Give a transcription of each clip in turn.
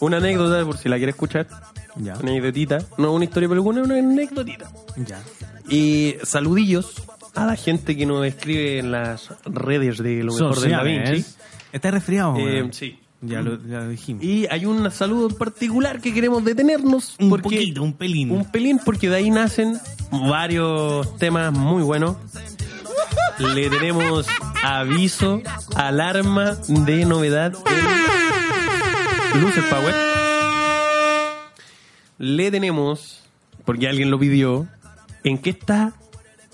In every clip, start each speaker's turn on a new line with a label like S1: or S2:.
S1: una anécdota, por si la quiere escuchar.
S2: Ya.
S1: Una anécdotita. No una historia, pero alguna, una anécdotita.
S2: Ya.
S1: Y saludillos a la gente que nos escribe en las redes de lo mejor de Da Vinci.
S2: ¿Estás resfriado?
S1: Eh,
S2: weón?
S1: sí.
S2: Ya lo, ya lo dijimos.
S1: Y hay un saludo en particular que queremos detenernos.
S2: un
S1: porque-
S2: poquito, un pelín.
S1: Un pelín, porque de ahí nacen varios temas muy buenos. Le tenemos aviso, alarma de novedad. en Luces Power. Le tenemos, porque alguien lo pidió, ¿en qué está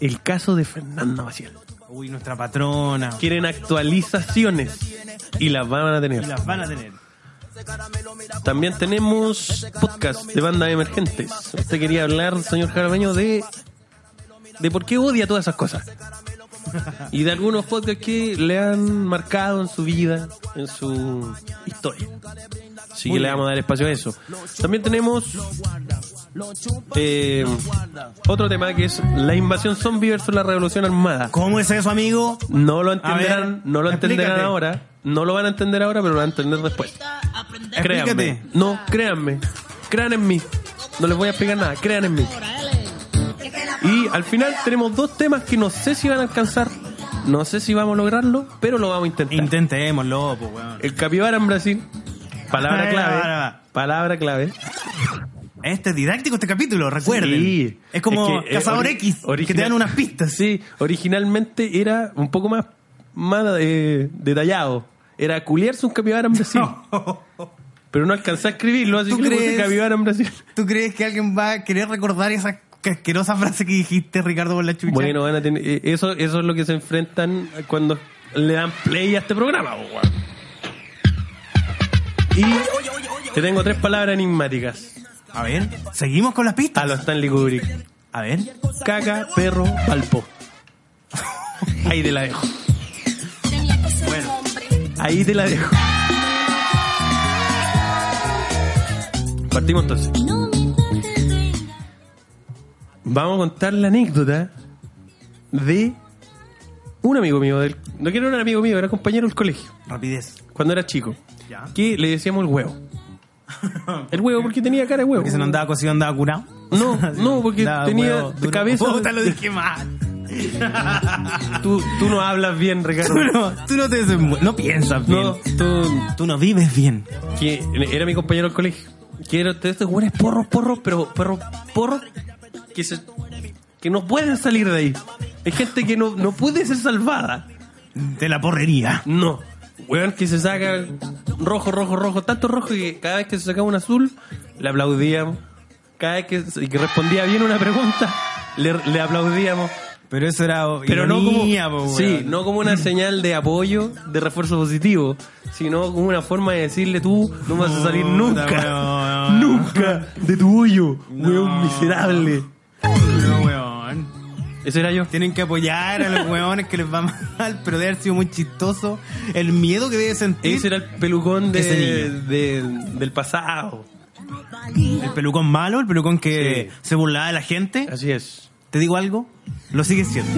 S1: el caso de Fernanda Maciel?
S2: Uy, nuestra patrona.
S1: Quieren actualizaciones y las van a tener.
S2: Y las van a tener.
S1: También tenemos podcast de bandas emergentes. Usted quería hablar, señor Jarameño, de, de por qué odia todas esas cosas. Y de algunos podcasts que le han marcado en su vida, en su historia. Así
S2: Muy
S1: que le
S2: bien.
S1: vamos a dar espacio a eso. También tenemos eh, otro tema que es la invasión zombie versus la revolución armada.
S2: ¿Cómo es eso, amigo?
S1: No lo
S2: A ver,
S1: entenderán, no lo entenderán
S2: explícate.
S1: ahora. No lo van a entender ahora, pero lo van a entender después. Créanme.
S2: Explícate.
S1: No, créanme. Crean en mí. No les voy a explicar nada. Crean en mí. Y al final tenemos dos temas que no sé si van a alcanzar. No sé si vamos a lograrlo, pero lo vamos a intentar.
S2: Intentémoslo, pues, weón.
S1: El capibara en Brasil. Palabra
S2: Ahí va, ahí
S1: clave.
S2: va.
S1: Palabra clave.
S2: Este es didáctico este capítulo, recuerden.
S1: Sí.
S2: Es como
S1: que, eh,
S2: Cazador
S1: ori-
S2: X, que te
S1: original-
S2: dan unas pistas.
S1: Sí, originalmente era un poco más, más eh, detallado. Era culiarse un capibara en Brasil. Pero no alcancé a escribirlo, así
S2: ¿Tú
S1: que le puse
S2: crees?
S1: capibara en Brasil.
S2: ¿Tú crees que alguien va a querer recordar esa asquerosa frase que dijiste, Ricardo, por la chucha?
S1: Bueno, van a tener, eh, eso, eso es lo que se enfrentan cuando le dan play a este programa. po, weón. Y te tengo tres palabras enigmáticas.
S2: A ver, seguimos con las pistas.
S1: A los Stanley Kubrick.
S2: A ver.
S1: Caca, perro, palpo. Ahí te la dejo.
S2: Bueno,
S1: Ahí te la dejo. Partimos entonces. Vamos a contar la anécdota de un amigo mío. Del, no quiero era un amigo mío, era compañero del colegio,
S2: rapidez.
S1: cuando era chico.
S2: Ya.
S1: Que le decíamos el huevo. El huevo, porque tenía cara de huevo.
S2: Porque se no andaba cocido, andaba curado.
S1: No, no, porque
S2: Andaba
S1: tenía
S2: huevo duro.
S1: cabeza.
S2: Puta, lo dije mal.
S1: Tú, tú no hablas bien,
S2: Tú
S1: Ricardo.
S2: no, tú no te desenvuelves. No piensas bien.
S1: No, tú.
S2: Tú no vives bien.
S1: que era mi compañero del colegio. Quiero estos güeyes porros, porros, pero porros, porros que, se- que no pueden salir de ahí. Hay gente que no, no puede ser salvada.
S2: De la porrería.
S1: No. Weón que se saca rojo, rojo, rojo, tanto rojo que cada vez que se sacaba un azul, le aplaudíamos. Cada vez que, se- que respondía bien una pregunta, le, le aplaudíamos.
S2: Pero eso era
S1: Pero
S2: ironía,
S1: no
S2: po,
S1: como,
S2: weón.
S1: sí, no como una señal de apoyo, de refuerzo positivo, sino como una forma de decirle tú no vas a salir
S2: Puta,
S1: nunca,
S2: weón.
S1: nunca de tu hoyo, weón miserable.
S2: No, weón.
S1: Ese era yo.
S2: Tienen que apoyar a los weones que les va mal, pero debe haber sido muy chistoso. El miedo que debe sentir
S1: Ese era el pelucón de-
S2: Ese niño.
S1: de- del pasado.
S2: el pelucón malo, el pelucón que
S1: Sí.
S2: se burlaba de la gente.
S1: Así es.
S2: Te digo algo, lo sigue siendo.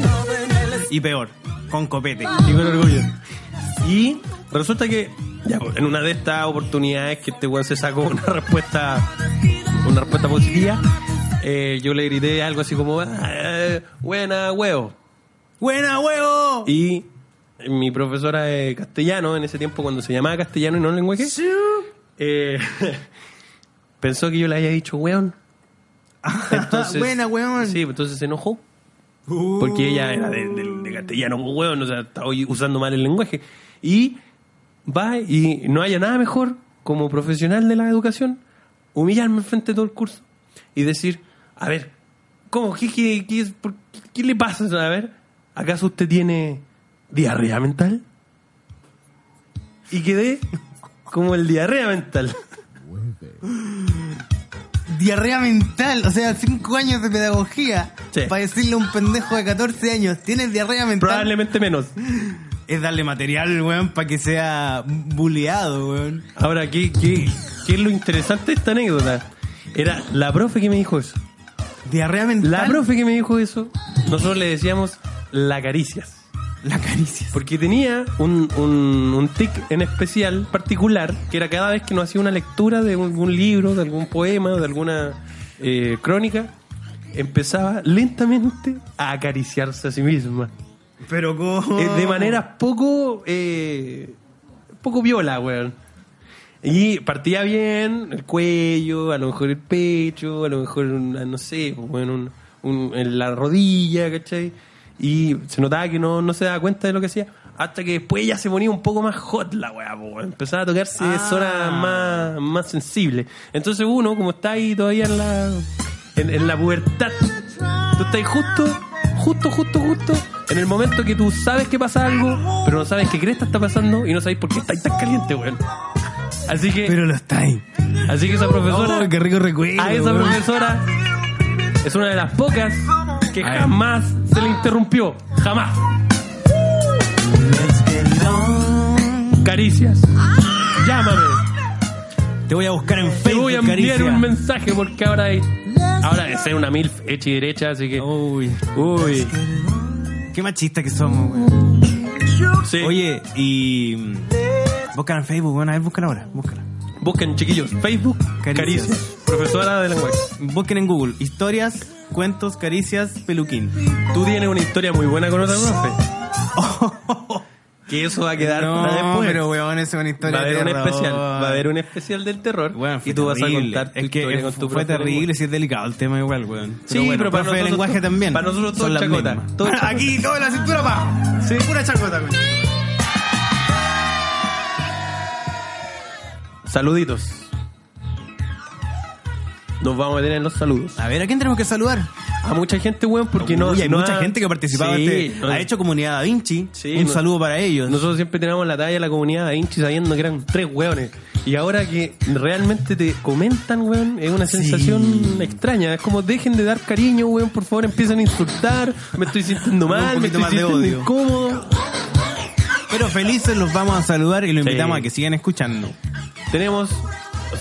S2: Y peor, con copete.
S1: Y con orgullo. Y resulta que ya, pues, en una de estas oportunidades que este weón se sacó una respuesta una respuesta positiva, eh, yo le grité algo así como, "Ah, eh, buena, huevo.
S2: ¡Buena, huevo!
S1: Y mi profesora de castellano, en ese tiempo cuando se llamaba castellano y no lenguaje, eh, pensó que yo le había dicho weón. Entonces,
S2: Buena, weón.
S1: Sí, pues, entonces se enojó.
S2: Uh.
S1: Porque ella era de, de- de castellano, pues, weón, o sea, estaba usando mal el lenguaje. Y va y no haya nada mejor como profesional de la educación, humillarme frente a todo el curso y decir, a ver, ¿cómo? ¿Qué, qué, qué, es- por- qué- qué le pasa? A ver, ¿acaso usted tiene diarrea mental? Y quedé como el diarrea mental.
S2: Diarrea mental, o sea, cinco años de pedagogía
S1: Sí.
S2: para decirle a un pendejo de 14 años, tienes diarrea mental.
S1: Probablemente menos.
S2: Es darle material, weón, para que sea buleado, weón.
S1: Ahora, ¿qué, qué, qué es lo interesante de esta anécdota? Era la profe que me dijo eso.
S2: Diarrea mental.
S1: La profe que me dijo eso, nosotros le decíamos la caricias.
S2: La caricia.
S1: Porque tenía un, un, un tic en especial, particular, que era cada vez que nos hacía una lectura de algún libro, de algún poema, de alguna eh, crónica, empezaba lentamente a acariciarse a sí misma.
S2: Pero como.
S1: Eh, de manera poco eh, poco viola, weón. Y partía bien el cuello, a lo mejor el pecho, a lo mejor, una- no sé, pues, weón, un- un- en la rodilla, ¿cachai? Y se notaba que no, no se daba cuenta de lo que hacía. Hasta que después ya se ponía un poco más hot la weá, pues, weón. empezaba a tocarse
S2: Ah.
S1: zonas más, más sensibles. Entonces uno, como está ahí todavía en la, en, en la pubertad, Tú estás justo, justo, justo, justo en el momento que tú sabes que pasa algo, pero no sabes qué cresta está pasando y no sabes por qué estás tan caliente, weón. Así que,
S2: Pero lo está ahí.
S1: así que esa profesora,
S2: Oh, qué rico recuerdo.
S1: a esa
S2: weón.
S1: profesora es una de las pocas que jamás se le interrumpió, jamás. Caricias, llámame.
S2: Te voy a buscar en
S1: Te
S2: Facebook.
S1: voy a enviar
S2: caricia.
S1: un mensaje porque ahora es, ahora es ser una milf hecha y derecha, así que,
S2: Uy,
S1: uy,
S2: qué machista que somos, weón.
S1: sí.
S2: Oye, y. mm, Búscala en Facebook, weón. A ver, búscala ahora. Búscala.
S1: Busquen, chiquillos, Facebook,
S2: Caricias.
S1: Caricias, profesora de lenguaje.
S2: Busquen en Google. Historias, cuentos, caricias, peluquín.
S1: Tú tienes una historia muy buena con otra profe. que eso va a quedar
S2: no,
S1: para después.
S2: pero weón, esa es una historia
S1: va a haber un
S2: de terror.
S1: especial, va a haber un especial del terror
S2: Weón, fue
S1: y tú
S2: terrible.
S1: vas a contar tu
S2: es que
S1: historia
S2: fue,
S1: con tu
S2: fue
S1: profe de
S2: terrible,
S1: lenguaje.
S2: si es delicado el tema igual, weón.
S1: Sí, pero para
S2: profe de
S1: nosotros
S2: lenguaje
S1: todo-
S2: también.
S1: para nosotros todo
S2: Son las
S1: chacota,
S2: mismas.
S1: todo chacota.
S2: Aquí, toda la cintura pa. Sí, pura chacota, weón.
S1: Saluditos. Nos vamos a meter en los saludos.
S2: A ver, ¿a quién tenemos que saludar?
S1: A mucha gente, weón, porque
S2: Uy,
S1: no.
S2: hay
S1: no
S2: mucha
S1: ha-
S2: gente que ha participado.
S1: Sí,
S2: en este-
S1: no-
S2: ha hecho comunidad Da Vinci.
S1: Sí,
S2: un
S1: no-
S2: saludo para ellos.
S1: Nosotros siempre teníamos la talla de la comunidad de hinchi sabiendo que eran tres hueones. Y ahora que realmente te comentan, weón, es una
S2: Sí.
S1: sensación extraña. Es como dejen de dar cariño, weón, por favor, empiezan a insultar. Me estoy sintiendo
S2: Un
S1: mal, me
S2: poquito
S1: estoy
S2: más de
S1: sintiendo
S2: odio.
S1: incómodo.
S2: Pero felices los vamos a saludar y los
S1: Sí.
S2: invitamos a que sigan escuchando.
S1: Tenemos,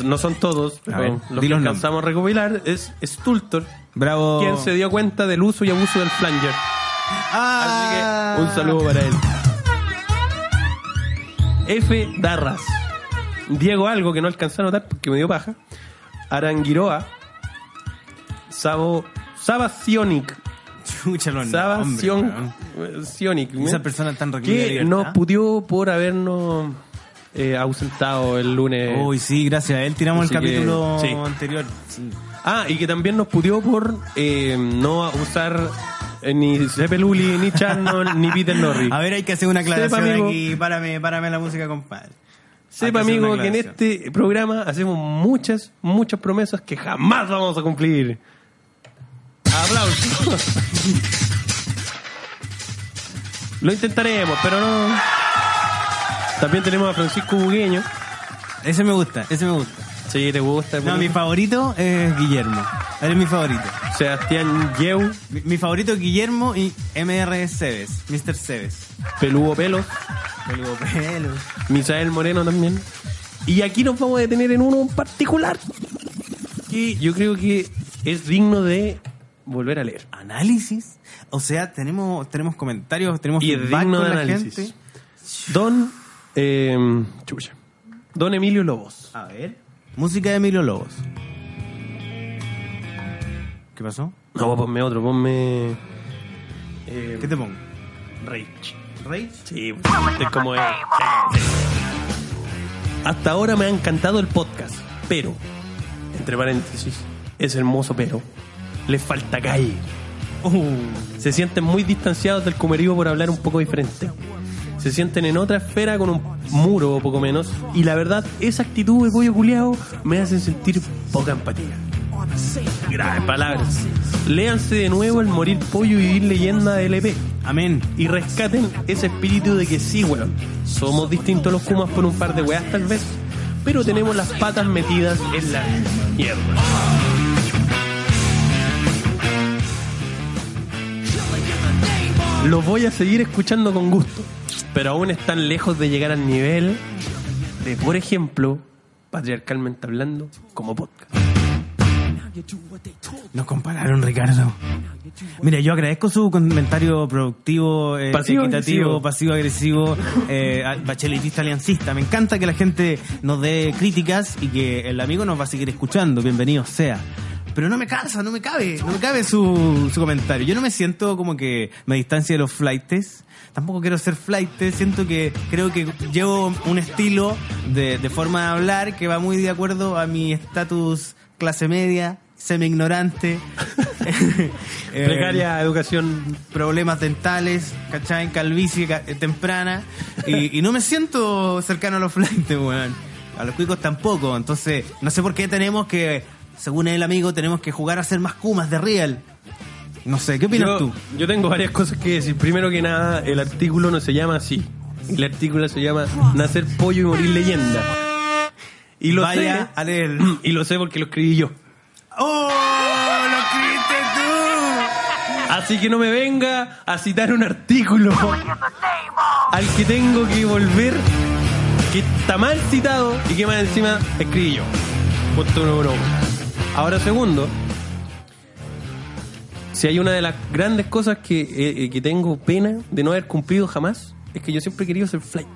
S1: no son todos, pero
S2: ver,
S1: los
S2: di
S1: que
S2: los
S1: alcanzamos a recopilar es Stultor,
S2: Bravo.
S1: quien se dio cuenta del uso y abuso del flanger. Así
S2: Ah.
S1: que un saludo para él. F. Darras. Diego Algo, que no alcancé a notar porque me dio paja. Aranguiroa. Sabo. Saba Sionic.
S2: Chucha los
S1: Saba
S2: nombres,
S1: Sion-
S2: weón.
S1: eh, Sionic.
S2: Esa
S1: ¿eh?
S2: persona tan recluida de
S1: Que
S2: libertad.
S1: nos puteó por habernos eh, ausentado el lunes.
S2: Uy, sí, gracias a él tiramos
S1: Eh. Así
S2: el
S1: que-
S2: capítulo
S1: sí.
S2: anterior. Sí.
S1: Ah, y que también nos puteó por eh, no usar eh, ni Sepe Luli, ni Charnon, ni Peter Norris.
S2: A ver, hay que hacer una aclaración
S1: Sepa, amigo.
S2: aquí. Párame, párame la música, compadre.
S1: Sepa,
S2: Hay que hacer una
S1: pues, amigo, que en
S2: aclaración.
S1: este programa hacemos muchas, muchas promesas que jamás vamos a cumplir. Aplausos. Lo intentaremos, pero no. También tenemos a Francisco Bugueño.
S2: Ese me gusta, ese me gusta.
S1: Sí, te gusta.
S2: No, mi favorito es Guillermo. Él es mi favorito.
S1: Sebastián Yeu,
S2: Mi, mi favorito es Guillermo y MR Cebes, Mr. Cebes.
S1: Peludo Pelo.
S2: Peludo pelo.
S1: Misael Moreno también. Y aquí nos vamos a detener en uno en particular que yo creo que es digno de volver a leer.
S2: Análisis. O sea, tenemos, tenemos comentarios, tenemos
S1: Y es
S2: feedback
S1: digno
S2: con
S1: de
S2: la
S1: análisis.
S2: gente.
S1: Don. eh, chucha. Don Emilio Lobos.
S2: A ver. Música de Emilio Lobos. ¿Qué pasó?
S1: No, pues ponme otro, ponme. eh,
S2: ¿Qué te pongo?
S1: Rage.
S2: ¿Rage?
S1: Sí, es como es. Hasta ahora me ha encantado el podcast, pero, entre paréntesis, es hermoso, pero, les falta calle. Uh. Se sienten muy distanciados del comerío por hablar un poco diferente. Se sienten en otra esfera con un muro o poco menos. Y la verdad, esa actitud de pollo culiao me hacen sentir poca empatía. Graves palabras. Léanse de nuevo el morir pollo y vivir leyenda del EP.
S2: Amén.
S1: Y rescaten ese espíritu de que sí, weón. Somos distintos los Kumas por un par de weas tal vez. Pero tenemos las patas metidas en la mierda. Los voy a seguir escuchando con gusto, pero aún están lejos de llegar al nivel de, por ejemplo, patriarcalmente hablando, como podcast.
S2: Nos compararon, Ricardo. Mira, yo agradezco su comentario productivo, eh,
S1: Pasivo,
S2: equitativo,
S1: agresivo.
S2: pasivo-agresivo, eh, al- bacheletista aliancista. Me encanta que la gente nos dé críticas y que el amigo nos va a seguir escuchando. Bienvenido sea. Pero no me cansa, no me cabe, no me cabe su, su comentario. Yo no me siento como que me distancie de los flightes. Tampoco quiero ser flight, siento que creo que llevo un estilo de, de forma de hablar que va muy de acuerdo a mi estatus clase media, semi-ignorante. Eh,
S1: Precaria educación.
S2: problemas dentales, ¿cachai? Calvicie ca- eh, temprana. Y, y no me siento cercano a los flightes, weón. A los cuicos tampoco. Entonces, no sé por qué tenemos que, según el amigo, tenemos que jugar a ser más kumas de real. No sé, ¿qué opinas
S1: Yo,
S2: tú?
S1: yo tengo varias cosas que decir. Primero que nada, el artículo no se llama así. El artículo se llama Nacer pollo y morir leyenda. Y lo
S2: Vaya
S1: sé.
S2: a leer.
S1: Y lo sé porque lo escribí yo.
S2: ¡Oh! ¡Lo escribiste tú!
S1: Así que no me venga a citar un artículo al que tengo que volver, que está mal citado y que más encima escribí yo. Punto número uno. Ahora segundo, si hay una de las grandes cosas que, eh, eh, que tengo pena de no haber cumplido jamás, es que yo siempre he querido ser flight.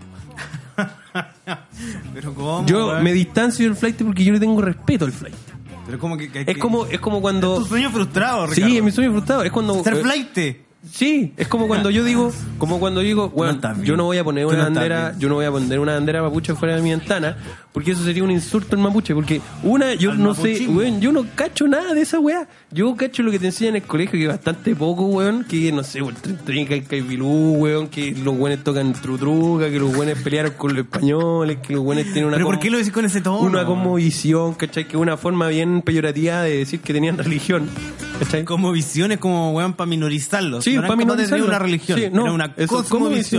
S2: Pero cómo,
S1: Yo
S2: weón?
S1: me distancio del flight porque yo le tengo respeto al flight.
S2: Pero como que, que-
S1: Es como, es como
S2: Tu
S1: cuando...
S2: sueño frustrado, Ricardo.
S1: Sí, es mi sueño frustrado. Es cuando...
S2: Ser
S1: eh,
S2: flight.
S1: Sí, es como cuando yo digo, como cuando digo, bueno,
S2: estás bien.
S1: yo no voy a poner
S2: Tú
S1: una
S2: no estás
S1: bandera,
S2: bien.
S1: yo no voy a poner una bandera mapuche fuera de mi ventana, porque eso sería un insulto al mapuche, porque una, yo
S2: Al
S1: no sé,
S2: mapuchismo.
S1: weón, yo no cacho nada de esa weá, yo cacho lo que te enseñan en el colegio, que es bastante poco, weón, que no sé, el trinca, el caibilú, weón, que los weones tocan trutruca, que los weones pelearon con los españoles, que los weones tienen una...
S2: ¿Pero por
S1: com-
S2: qué lo decís con ese tono?
S1: Una conmovisión, ¿cachai? Que es una forma bien peyorativa de decir que tenían religión, ¿cachai?
S2: como visiones como weón para minorizarlos.
S1: Sí,
S2: no eran
S1: pa'
S2: capaces de tener
S1: minorizarlos.
S2: una religión,
S1: Sí, no,
S2: era una
S1: eso,
S2: cosmovisión.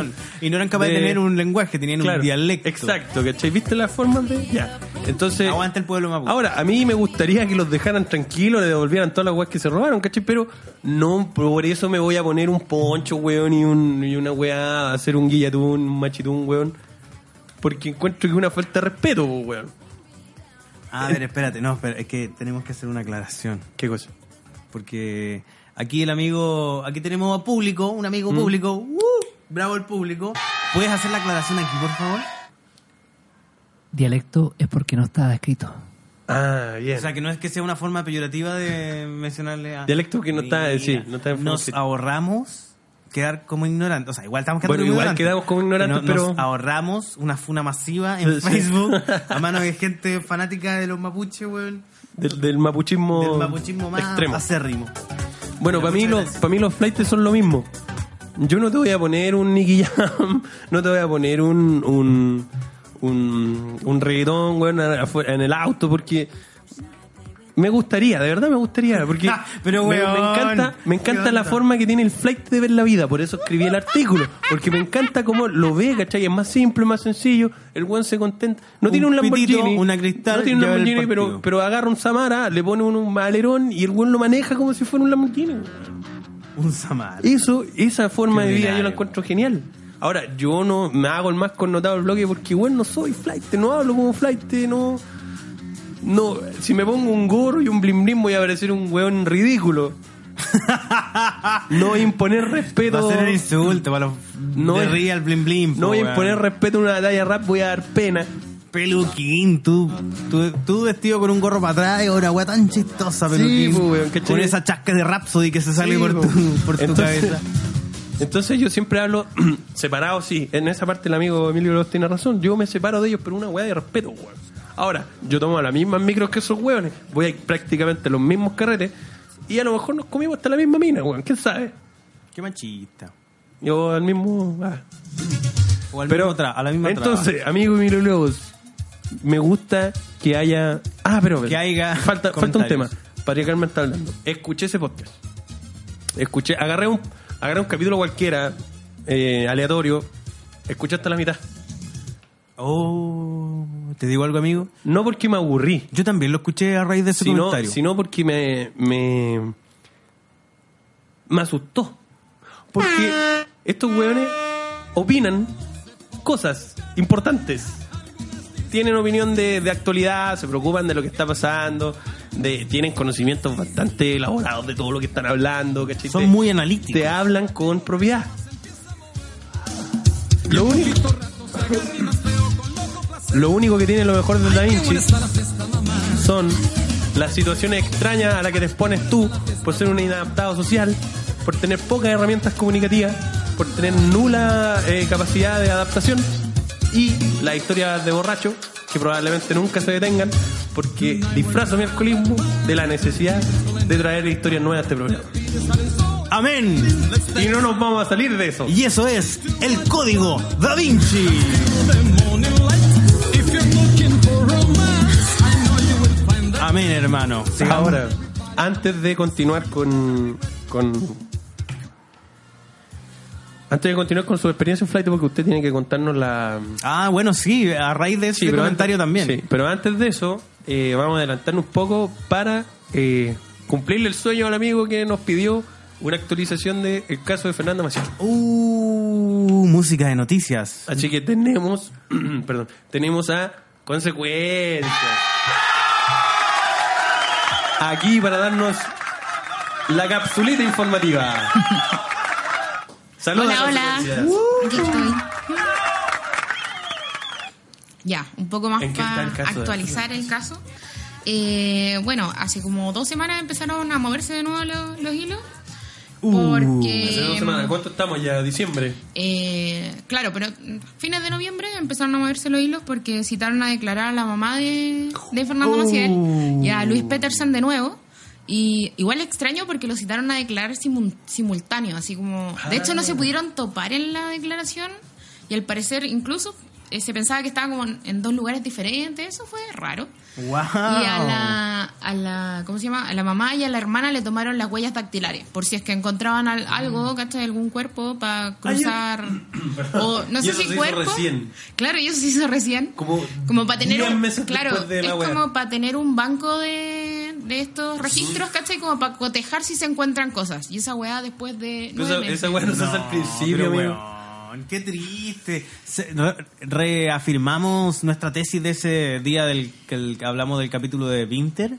S1: cosmovisión.
S2: Y no eran capaces de,
S1: De-
S2: tener un lenguaje, tenían un dialecto.
S1: Exacto, ¿cachai? ¿Viste las formas de.? Ya. Entonces.
S2: Aguanta el pueblo mapuche.
S1: Ahora, a mí me gustaría que los dejaran tranquilos, le devolvieran todas las weas que se robaron, ¿cachai? Pero no por eso me voy a poner un poncho, weón, y, un, y una wea, hacer un guillatún, un machitún, weón. Porque encuentro que es una falta de respeto, po, weón.
S2: A
S1: eh.
S2: ver, espérate, no, espera, es que tenemos que hacer una aclaración.
S1: ¿Qué cosa?
S2: Porque aquí el amigo, aquí tenemos a público, un
S1: Mm.
S2: amigo público. ¡Uh! bravo el público. ¿Puedes hacer la aclaración aquí, por favor?
S3: dialecto es porque no está escrito.
S1: Ah, bien.
S2: O sea, que no es que sea una forma peyorativa de mencionarle a...
S1: Dialecto que no está-
S2: Mira,
S1: sí, no está en forma
S2: Nos
S1: escrita.
S2: ahorramos quedar como ignorantes. O sea, igual estamos quedando
S1: Bueno,
S2: como
S1: igual
S2: ignorantes.
S1: quedamos como ignorantes, pero-
S2: Nos ahorramos una funa masiva en
S1: Sí.
S2: Facebook a mano de gente fanática de los mapuches, weón.
S1: Del, del mapuchismo,
S2: Del mapuchismo más
S1: Oh, extremo.
S2: acérrimo.
S1: Bueno, para mí,
S2: Muchas
S1: los,
S2: gracias.
S1: para mí los flights son lo mismo. Yo no te voy a poner un Nicky Jam, no te voy a poner un, un, un, un reggaetón, weón, afu- en el auto, porque me gustaría, de verdad me gustaría, porque
S2: Pero,
S1: me, me
S2: weón,
S1: encanta, me
S2: ¿qué
S1: encanta la
S2: onda?
S1: forma que tiene el flight de ver la vida, por eso escribí el artículo, porque me encanta cómo lo ve, ¿cachai? Es más simple, más sencillo, el weón se contenta. No
S2: Un
S1: tiene un Lamborghini,
S2: pitito, una Cristal,
S1: no tiene un
S2: lleva el
S1: Lamborghini, pero,
S2: partido.
S1: pero agarra un Samara, le pone un, un alerón y el weón lo maneja como si fuera un Lamborghini.
S2: Un samar.
S1: Eso, esa forma
S2: Qué
S1: de vida yo la
S2: ordinario.
S1: encuentro genial. Ahora, yo no me hago el más connotado del bloque porque, bueno, no soy flight, no hablo como flight, no. No, si me pongo un gorro y un blin blin voy a parecer un weón ridículo. no voy a imponer
S2: Va
S1: respeto.
S2: a ser un insulto para los
S1: No
S2: de
S1: es-
S2: real blim blim.
S1: No voy a
S2: weón.
S1: imponer respeto a una batalla de rap, voy a dar pena.
S2: Peluquín, tú, tú, tú vestido con un gorro para atrás y ahora weá tan chistosa,
S1: Sí,
S2: peluquín.
S1: po, weón, ¿cachai?
S2: con esa chasca de Rhapsody que se sale
S1: Sí,
S2: por
S1: po.
S2: tu, por tu
S1: Entonces-
S2: cabeza.
S1: Entonces yo siempre hablo separado, sí. En esa parte el amigo Emilio Veloz tiene razón. Yo me separo de ellos, pero una weá de respeto, weón. Ahora, yo tomo las mismas micros que esos weones. Voy a prácticamente los mismos carretes. Y a lo mejor nos comimos hasta la misma mina, weón. ¿Quién sabe?
S2: Qué machista.
S1: Yo al mismo... ah.
S2: O al
S1: Pero-
S2: mismo tra- a la misma
S1: Entonces,
S2: traba.
S1: amigo Emilio Lobos, me gusta que haya. Ah, pero. pero,
S2: Que haya
S1: Falta, falta un tema.
S2: comentarios.
S1: Para Carmen está hablando. Escuché ese podcast. Escuché. Agarré un, agarré un capítulo cualquiera, eh, aleatorio. Escuché hasta la mitad.
S2: Oh, te digo algo, amigo.
S1: No porque me aburrí,
S2: Yo también lo escuché a raíz de ese
S1: sino,
S2: comentario.
S1: sino porque me, me. Me asustó. Porque estos hueones opinan cosas importantes. tienen opinión de, de actualidad, se preocupan de lo que está pasando, de, tienen conocimientos bastante elaborados de todo lo que están hablando, ¿cachai?
S2: Son
S1: Te-
S2: muy
S1: Te
S2: analíticos.
S1: hablan con propiedad. Lo único, lo único que tiene lo mejor de Da Vinci son las situaciones extrañas a las que te expones tú por ser un inadaptado social, por tener pocas herramientas comunicativas, por tener nula eh, capacidad de adaptación y las historias de borracho que probablemente nunca se detengan porque disfrazo mi alcoholismo de la necesidad de traer historias nuevas a este programa.
S2: Amén.
S1: Y no nos vamos a salir de eso.
S2: Y eso es el código Da Vinci. Amén, hermano. Sigamos.
S1: Ahora, antes de continuar con, con. Antes de continuar con su experiencia en flight, porque usted tiene que contarnos la. Este
S2: Ah, bueno, sí, a raíz de ese
S1: pero
S2: comentario
S1: antes-
S2: también.
S1: sí, pero antes de eso, eh, vamos a adelantarnos un poco para eh, cumplirle el sueño al amigo que nos pidió una actualización del caso de Fernanda Maciel.
S2: Uh, música de noticias.
S1: Así que tenemos. perdón, tenemos a consecuencias. Aquí para darnos la capsulita informativa. Saludos.
S4: Hola, hola. Uh.
S1: consecuencias.
S4: Aquí estoy. Ya, un poco más
S1: ¿En qué está
S4: para
S1: el caso?
S4: actualizar el caso. Eh, bueno, hace como dos semanas empezaron a moverse de nuevo lo- los, hilos.
S1: Uh, Hace dos
S4: Porque,
S1: semanas. ¿Cuánto estamos ya? ¿Diciembre?
S4: eh, claro, pero mm, fines de noviembre empezaron a moverse los hilos porque citaron a declarar a la mamá de, de Fernando Maciel y a Luis Peterson de nuevo. Y igual extraño porque lo citaron a declarar simu- simultáneo, así como... De hecho, no se pudieron topar en la declaración y al parecer incluso eh, se pensaba que estaba como en, en dos lugares diferentes, eso fue raro.
S2: Wow.
S4: Y a la, a la, ¿cómo se llama? A la mamá y a la hermana le tomaron las huellas dactilares, por si es que encontraban al-
S1: Mm.
S4: algo, ¿cachai? Algún cuerpo para cruzar. o no
S1: Y
S4: sé
S1: eso se
S4: si
S1: hizo
S4: cuerpo.
S1: recién.
S4: Claro, y eso se hizo recién.
S1: Como
S4: para tener.
S1: 10
S4: un-
S1: meses
S4: claro,
S1: después de la
S4: es
S1: wea.
S4: como para tener un banco de, de estos registros, ¿cachai? Como para cotejar si se encuentran cosas. Y esa weá después de.
S1: Pero
S4: nueve
S1: esa, esa
S4: meses.
S1: weá no se hace al principio,
S2: pero,
S1: amigo.
S2: weón, Qué triste. Se- no, reafirmamos nuestra tesis de ese día del que el- que hablamos del capítulo de Winter,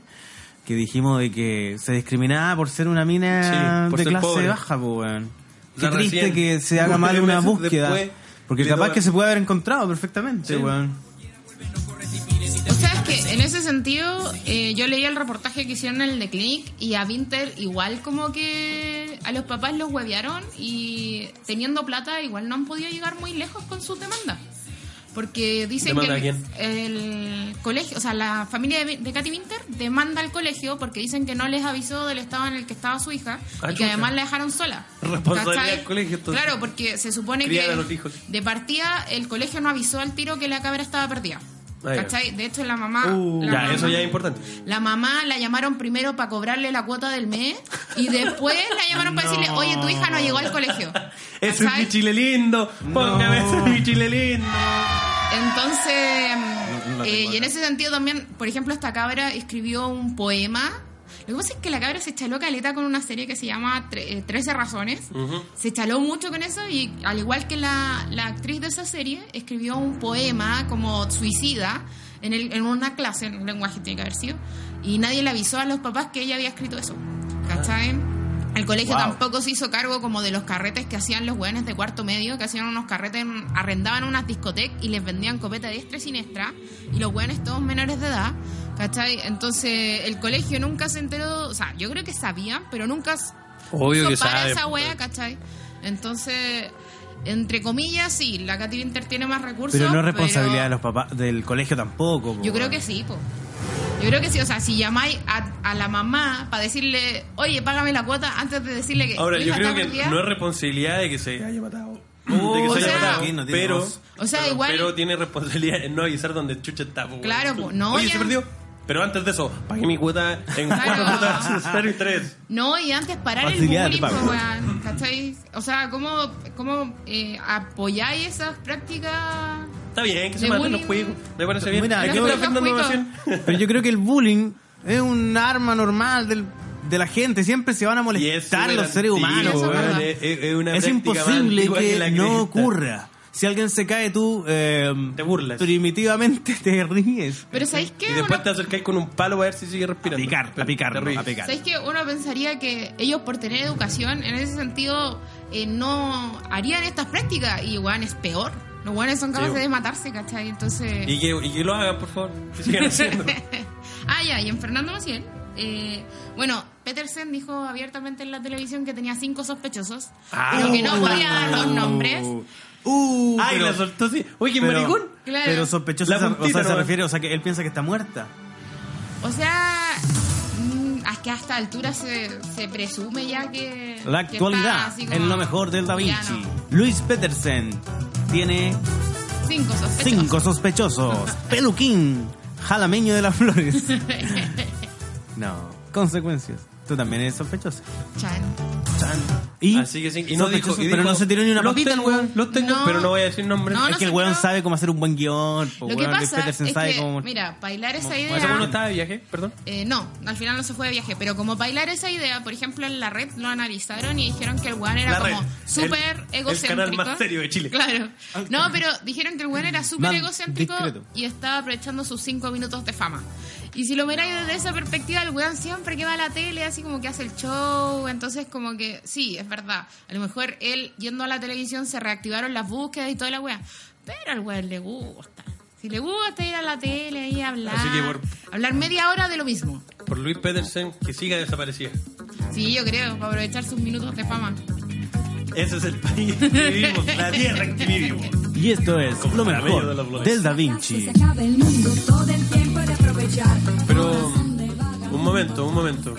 S2: que dijimos de que se discriminaba por ser una mina
S1: Sí, por
S2: de
S1: ser
S2: clase
S1: pobre.
S2: baja, po, weón.
S1: O
S2: Qué
S1: sea,
S2: triste
S1: recién,
S2: que se haga mal
S1: nueve
S2: una
S1: meses
S2: búsqueda.
S1: después,
S2: porque
S1: le
S2: capaz
S1: toca-
S2: que se puede haber encontrado perfectamente,
S1: Sí.
S2: weón.
S4: que en ese sentido eh, yo leía el reportaje que hicieron en el de Clinic y a Winter igual como que a los papás los huevearon y teniendo plata igual no han podido llegar muy lejos con sus demandas. Porque dicen que
S1: ¿Demanda a
S4: el, el colegio, o sea, la familia de, de Katy Winter demanda al colegio porque dicen que no les avisó del estado en el que estaba su hija
S1: Ah,
S4: y que
S1: chucha.
S4: además la dejaron sola.
S1: Responsabilidad
S4: ¿Cachai?
S1: del colegio, entonces.
S4: Claro, porque se supone
S1: Criar
S4: que
S1: a los hijos.
S4: de partida el colegio no avisó al tiro que la cabra estaba perdida.
S1: Ah, ya.
S4: ¿Cachai? De hecho, la mamá.
S1: Uh,
S4: la
S1: ya,
S4: mamá-
S1: eso ya es importante.
S4: La mamá la llamaron primero para cobrarle la cuota del mes y después la llamaron para decirle, oye, tu hija no llegó al colegio.
S1: Ese es
S4: ¿Cachai?
S1: mi chile lindo. Póngame ese es mi chile lindo.
S4: Entonces,
S2: la tengo
S4: eh, y en
S2: acá.
S4: ese sentido también, por ejemplo, esta cabra escribió un poema. Lo que pasa es que la cabra se chaló caleta con una serie que se llama Tre- eh, 13 Razones. Se chaló mucho con eso y al igual que la, la actriz de esa serie, escribió un poema como suicida en, el- en una clase, en un lenguaje tiene que haber sido, y nadie le avisó a los papás que ella había escrito eso.
S2: Ah.
S4: ¿Cachai? El colegio
S1: Wow.
S4: tampoco se hizo cargo como de los carretes que hacían los hueones de cuarto medio, que hacían unos carretes, en- arrendaban unas discotecas y les vendían copeta diestra y siniestra, y los hueones todos menores de edad, ¿cachai? Entonces el colegio nunca se enteró, o sea, yo creo que sabían, pero nunca s-
S1: Obvio
S4: puso
S1: que
S4: para
S1: saben,
S4: esa
S1: pues.
S4: hueá, ¿cachai? Entonces, entre comillas, sí, la Katy Winter tiene más recursos.
S2: Pero no es responsabilidad de los papás, del colegio tampoco. po,
S4: Yo creo que
S2: weón.
S4: sí, po. Yo creo que sí, o sea, si llamáis a, a la mamá para decirle, oye, págame la cuota antes de decirle que.
S1: Ahora,
S4: tu
S1: yo
S4: hija
S1: creo
S4: está
S1: que
S4: perdida.
S1: no es responsabilidad de que se haya matado.
S2: Oh,
S1: de que
S2: o
S1: se haya
S4: sea,
S1: matado.
S2: aquí no tiene
S1: pero,
S2: voz.
S4: O sea,
S1: pero-
S4: igual-
S1: pero tiene responsabilidad en no avisar donde chucha está. po, weón.
S4: Claro, po, no,
S1: Oye,
S4: ya.
S1: se perdió. Pero antes de eso, pagué mi cuota en cuatro cuotas, cero y tres.
S4: No, y antes parar el
S2: Facilidad de
S4: bullying,
S2: pago.
S4: po, weón, ¿cachai? O sea, ¿cómo, cómo eh, apoyáis esas prácticas?
S1: Está bien, que se
S4: De
S1: maten los
S4: bullying.
S1: juegos. Me parece bien.
S2: Mira,
S1: Aquí
S2: yo-
S1: está Fernando
S4: Los
S1: Maciel.
S2: Pero yo creo que el bullying es un arma normal del- de la gente. Siempre se van a
S1: Y es
S2: molestar
S1: súper
S2: los seres
S1: antiguo,
S2: humanos.
S4: Eso es
S2: weón.
S4: verdad.
S1: Es, es una
S2: es
S1: práctica más
S2: imposible
S1: antigua
S2: que,
S1: la cresta.
S2: no ocurra. Si alguien se cae, tú eh,
S1: Te burlas.
S2: Primitivamente te ríes.
S4: Pero ¿sabéis qué?
S1: Y después
S4: Uno-
S1: te acercáis con un palo a ver si sigue
S2: A
S1: respirando.
S2: picar, a picar,
S1: Te ríes.
S2: a picar.
S4: ¿Sabes que uno pensaría que ellos por tener educación en ese sentido eh, no harían estas prácticas y weón es peor. Los weones son capaces
S1: Sí.
S4: de matarse, ¿cachai? Entonces...
S1: Y que, y que lo hagan, por favor. Que sigan haciendo.
S4: ah, ya, y en Fernando Maciel. eh, bueno, Petersen dijo abiertamente en la televisión que tenía cinco sospechosos,
S2: Ah,
S4: pero que no podía dar los nombres.
S2: Uh,
S1: Ay,
S2: pero-
S1: la soltó así. Oye, qué
S2: pero-
S1: maricón.
S4: Claro.
S2: Pero sospechoso,
S1: La
S2: se- o
S1: puntita
S2: sea, se
S1: nomás.
S2: refiere, o sea, que él piensa que está muerta.
S4: O sea, mm, es que a esta altura se, se presume ya que...
S2: La
S4: que está
S2: actualidad
S4: así como-
S2: es lo mejor del Da Vinci.
S4: Ya no.
S2: Luis Petersen tiene
S4: Cinco sospechosos.
S2: cinco sospechosos. Peluquín, jalameño de las flores. No, consecuencias. Tú también eres sospechoso.
S4: Chan.
S2: Y,
S1: Así que Ah, sí. Y no dijo,
S2: sospechoso,
S1: y
S2: pero
S1: dijo,
S2: no se tiró ni una
S1: los
S2: papita el
S1: tengo,
S2: weón.
S1: Los tengo,
S4: No.
S1: pero no voy a decir Este nombres.
S4: No,
S2: es que el
S4: se
S2: weón
S4: tiró.
S2: sabe cómo hacer un buen guión. po,
S4: Lo que
S2: weón, Luis
S4: pasa
S2: Petersen
S4: es
S2: sabe
S4: que,
S2: cómo-
S4: mira, bailar esa
S1: O sea, uno
S4: idea...
S1: estaba de viaje, perdón.
S4: Eh, no, al final no se fue de viaje, pero como bailar esa idea, por ejemplo, en la red lo analizaron y dijeron que el weón era
S1: La Red,
S4: como súper
S1: el- el
S4: egocéntrico.
S1: canal más serio de Chile. Ah,
S4: Claro. No, pero dijeron que el weón era súper
S2: Más
S4: egocéntrico
S2: discreto.
S4: y estaba aprovechando sus cinco minutos de fama. Y si lo miráis desde esa perspectiva, el weón siempre que va a la tele, así como que hace el show, entonces como que sí, es verdad. A lo mejor él yendo a la televisión se reactivaron las búsquedas y toda la weá, pero al weón le gusta. Si le gusta ir a la tele y hablar,
S1: Así que por-
S4: hablar media hora de lo mismo.
S1: Por Luis Petersen, que siga desaparecida.
S4: Sí, yo creo, para aprovechar sus minutos de fama.
S1: Ese es el país en que vivimos, la tierra en que vivimos.
S2: Y esto es
S1: Como
S2: lo
S1: jalameño de
S2: mejor
S1: las flores.
S2: del Da Vinci.
S1: Pero un momento, un momento.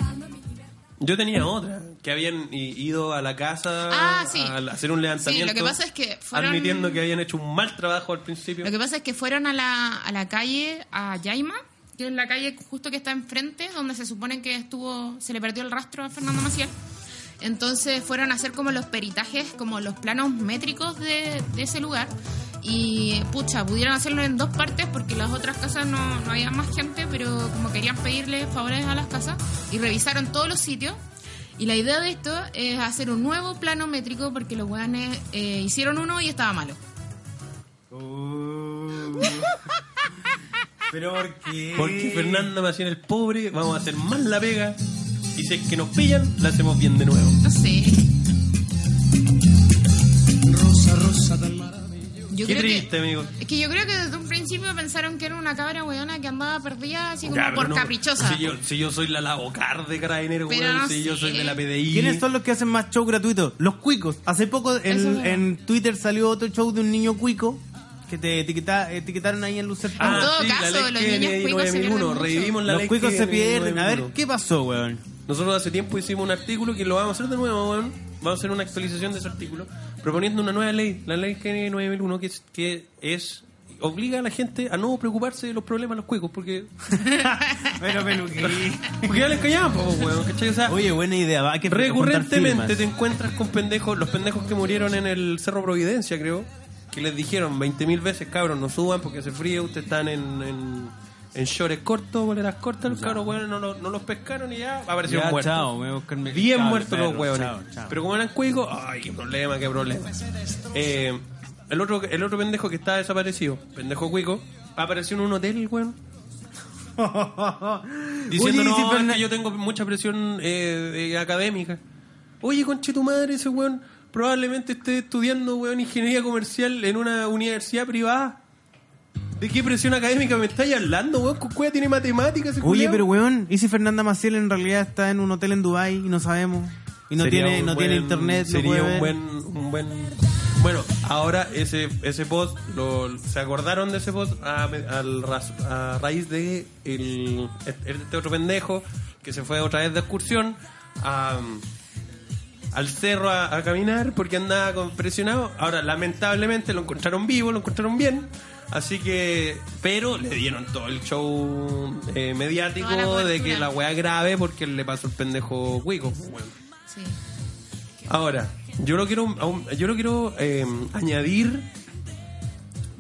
S1: Yo tenía otra, que habían i- ido a la casa
S4: Ah, sí.
S1: a la- hacer un levantamiento.
S4: Sí, lo que pasa es que fueron-
S1: Admitiendo que habían hecho un mal trabajo al principio.
S4: Lo que pasa es que fueron a la, a la calle, a Yaima, que es la calle justo que está enfrente, donde se supone que estuvo, se le perdió el rastro a Fernando Maciel. Entonces fueron a hacer como los peritajes, como los planos métricos de, de ese lugar. Y pucha, pudieron hacerlo en dos partes porque las otras casas no, no había más gente, pero como querían pedirle favores a las casas y revisaron todos los sitios. Y la idea de esto es hacer un nuevo plano métrico porque los weones eh, hicieron uno y estaba malo.
S2: Pero ¿por qué?
S1: Porque Fernanda Maciel el pobre, vamos a hacer más la pega. Y si es que nos pillan, la hacemos bien de nuevo.
S4: No sé. Yo
S1: Qué
S4: creo
S1: triste,
S4: que,
S1: amigo.
S4: Es que yo creo que desde un principio pensaron que era una cabra weona que andaba perdida así como
S1: Ya, pero
S4: por
S1: no,
S4: caprichosa.
S1: Si yo, si yo soy la lavocar de Carabineros,
S4: Pero
S1: weón,
S4: no
S1: si yo
S4: sé.
S1: soy de la PDI.
S2: ¿Quiénes son los que hacen más show gratuitos? Los cuicos. Hace poco en,
S4: Eso es verdad.
S2: en Twitter salió otro show de un niño cuico que te etiqueta- etiquetaron ahí en Lucer.
S4: Ah, En todo caso, los niños cuicos se pierden mucho.
S1: Revivimos la
S2: los
S1: ley
S2: cuicos
S1: que
S2: se
S1: viene
S2: pierden. A ver,
S1: 991.
S2: ¿qué pasó, weón?
S1: Nosotros hace tiempo hicimos un artículo que lo vamos a hacer de nuevo, weón. Vamos a hacer una actualización de ese artículo, proponiendo una nueva ley, la ley GN 9001, que es, que es obliga a la gente a no preocuparse de los problemas de los cuicos, porque,
S2: Pero peluquín.
S1: porque ya les callaban, po, weón, ¿cachai? O sea,
S2: Oye, buena idea. va, Hay que juntar
S1: Recurrentemente
S2: firmas.
S1: te encuentras con pendejos, los pendejos que murieron en el Cerro Providencia, creo, que les dijeron 20.000 veces, cabros, no suban porque hace frío, ustedes están en, en, en shorts cortos, boleras cortas, los cabros, weón, no, lo- no los pescaron y ya aparecieron
S2: Ya,
S1: muertos.
S2: chao, voy a buscarme-
S1: 10
S2: chao,
S1: muertos
S2: perro,
S1: los huevones.
S2: chao, chao.
S1: Pero como eran cuicos, ay, qué problema, qué problema. Eh, el, otro, el otro pendejo que está desaparecido, pendejo cuico, apareció en un hotel, weón. Diciendo,
S2: Oye, dice
S1: no, es que
S2: Fernan-
S1: yo tengo mucha presión eh, eh, académica. Oye, conche tu madre, ese weón probablemente esté estudiando, weón, ingeniería comercial en una universidad privada. ¿De qué presión académica me estáis hablando, weón? Cucuea tiene matemáticas, ese
S2: Oye,
S1: culiao.
S2: pero weón, ¿y si Fernanda Maciel en realidad está en un hotel en Dubai y no sabemos? Y no
S1: Sería
S2: tiene,
S1: un
S2: no tiene
S1: buen-
S2: internet, no
S1: Sería
S2: puede
S1: un
S2: ver.
S1: buen, un buen. Bueno, ahora ese ese post lo- se acordaron de ese post a, me- al raz- a raíz de el, este otro pendejo que se fue otra vez de excursión a, al cerro a, a caminar porque andaba con- presionado. Ahora, lamentablemente lo encontraron vivo, lo encontraron bien. Así que, pero le dieron todo el show eh, mediático
S4: Toda la
S1: de
S4: cobertura.
S1: que la weá es grave porque le pasó el pendejo cuico. Bueno.
S4: Sí.
S1: Ahora, yo lo quiero, aún- yo lo quiero eh, añadir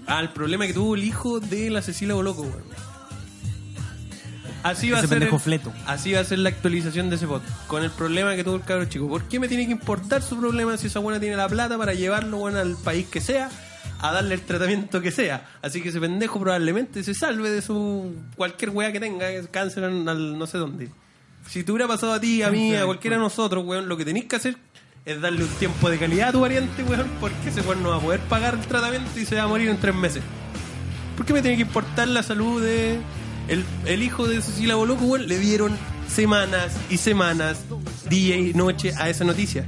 S1: al problema que tuvo el hijo de la Cecilia Boloco, weón. Así va, a
S2: Ese
S1: ser
S2: pendejo
S1: el-
S2: fleto.
S1: así va a ser la actualización de ese bot, con el problema que tuvo el cabro chico. ¿Por qué me tiene que importar su problema si esa buena tiene la plata para llevarlo weón, al país que sea, a darle el tratamiento que sea? Así que ese pendejo probablemente se salve de su cualquier weá que tenga, que es cáncer en- al no sé dónde. Si te hubiera pasado a ti, a mí, a cualquiera de nosotros, weón, lo que tenéis que hacer es darle un tiempo de calidad a tu variante, weón, porque ese weón no va a poder pagar el tratamiento y se va a morir en tres meses. ¿Por qué me tiene que importar la salud de el, el hijo de Cecilia Boloco, weón? Le dieron semanas y semanas, día y noche a esa noticia.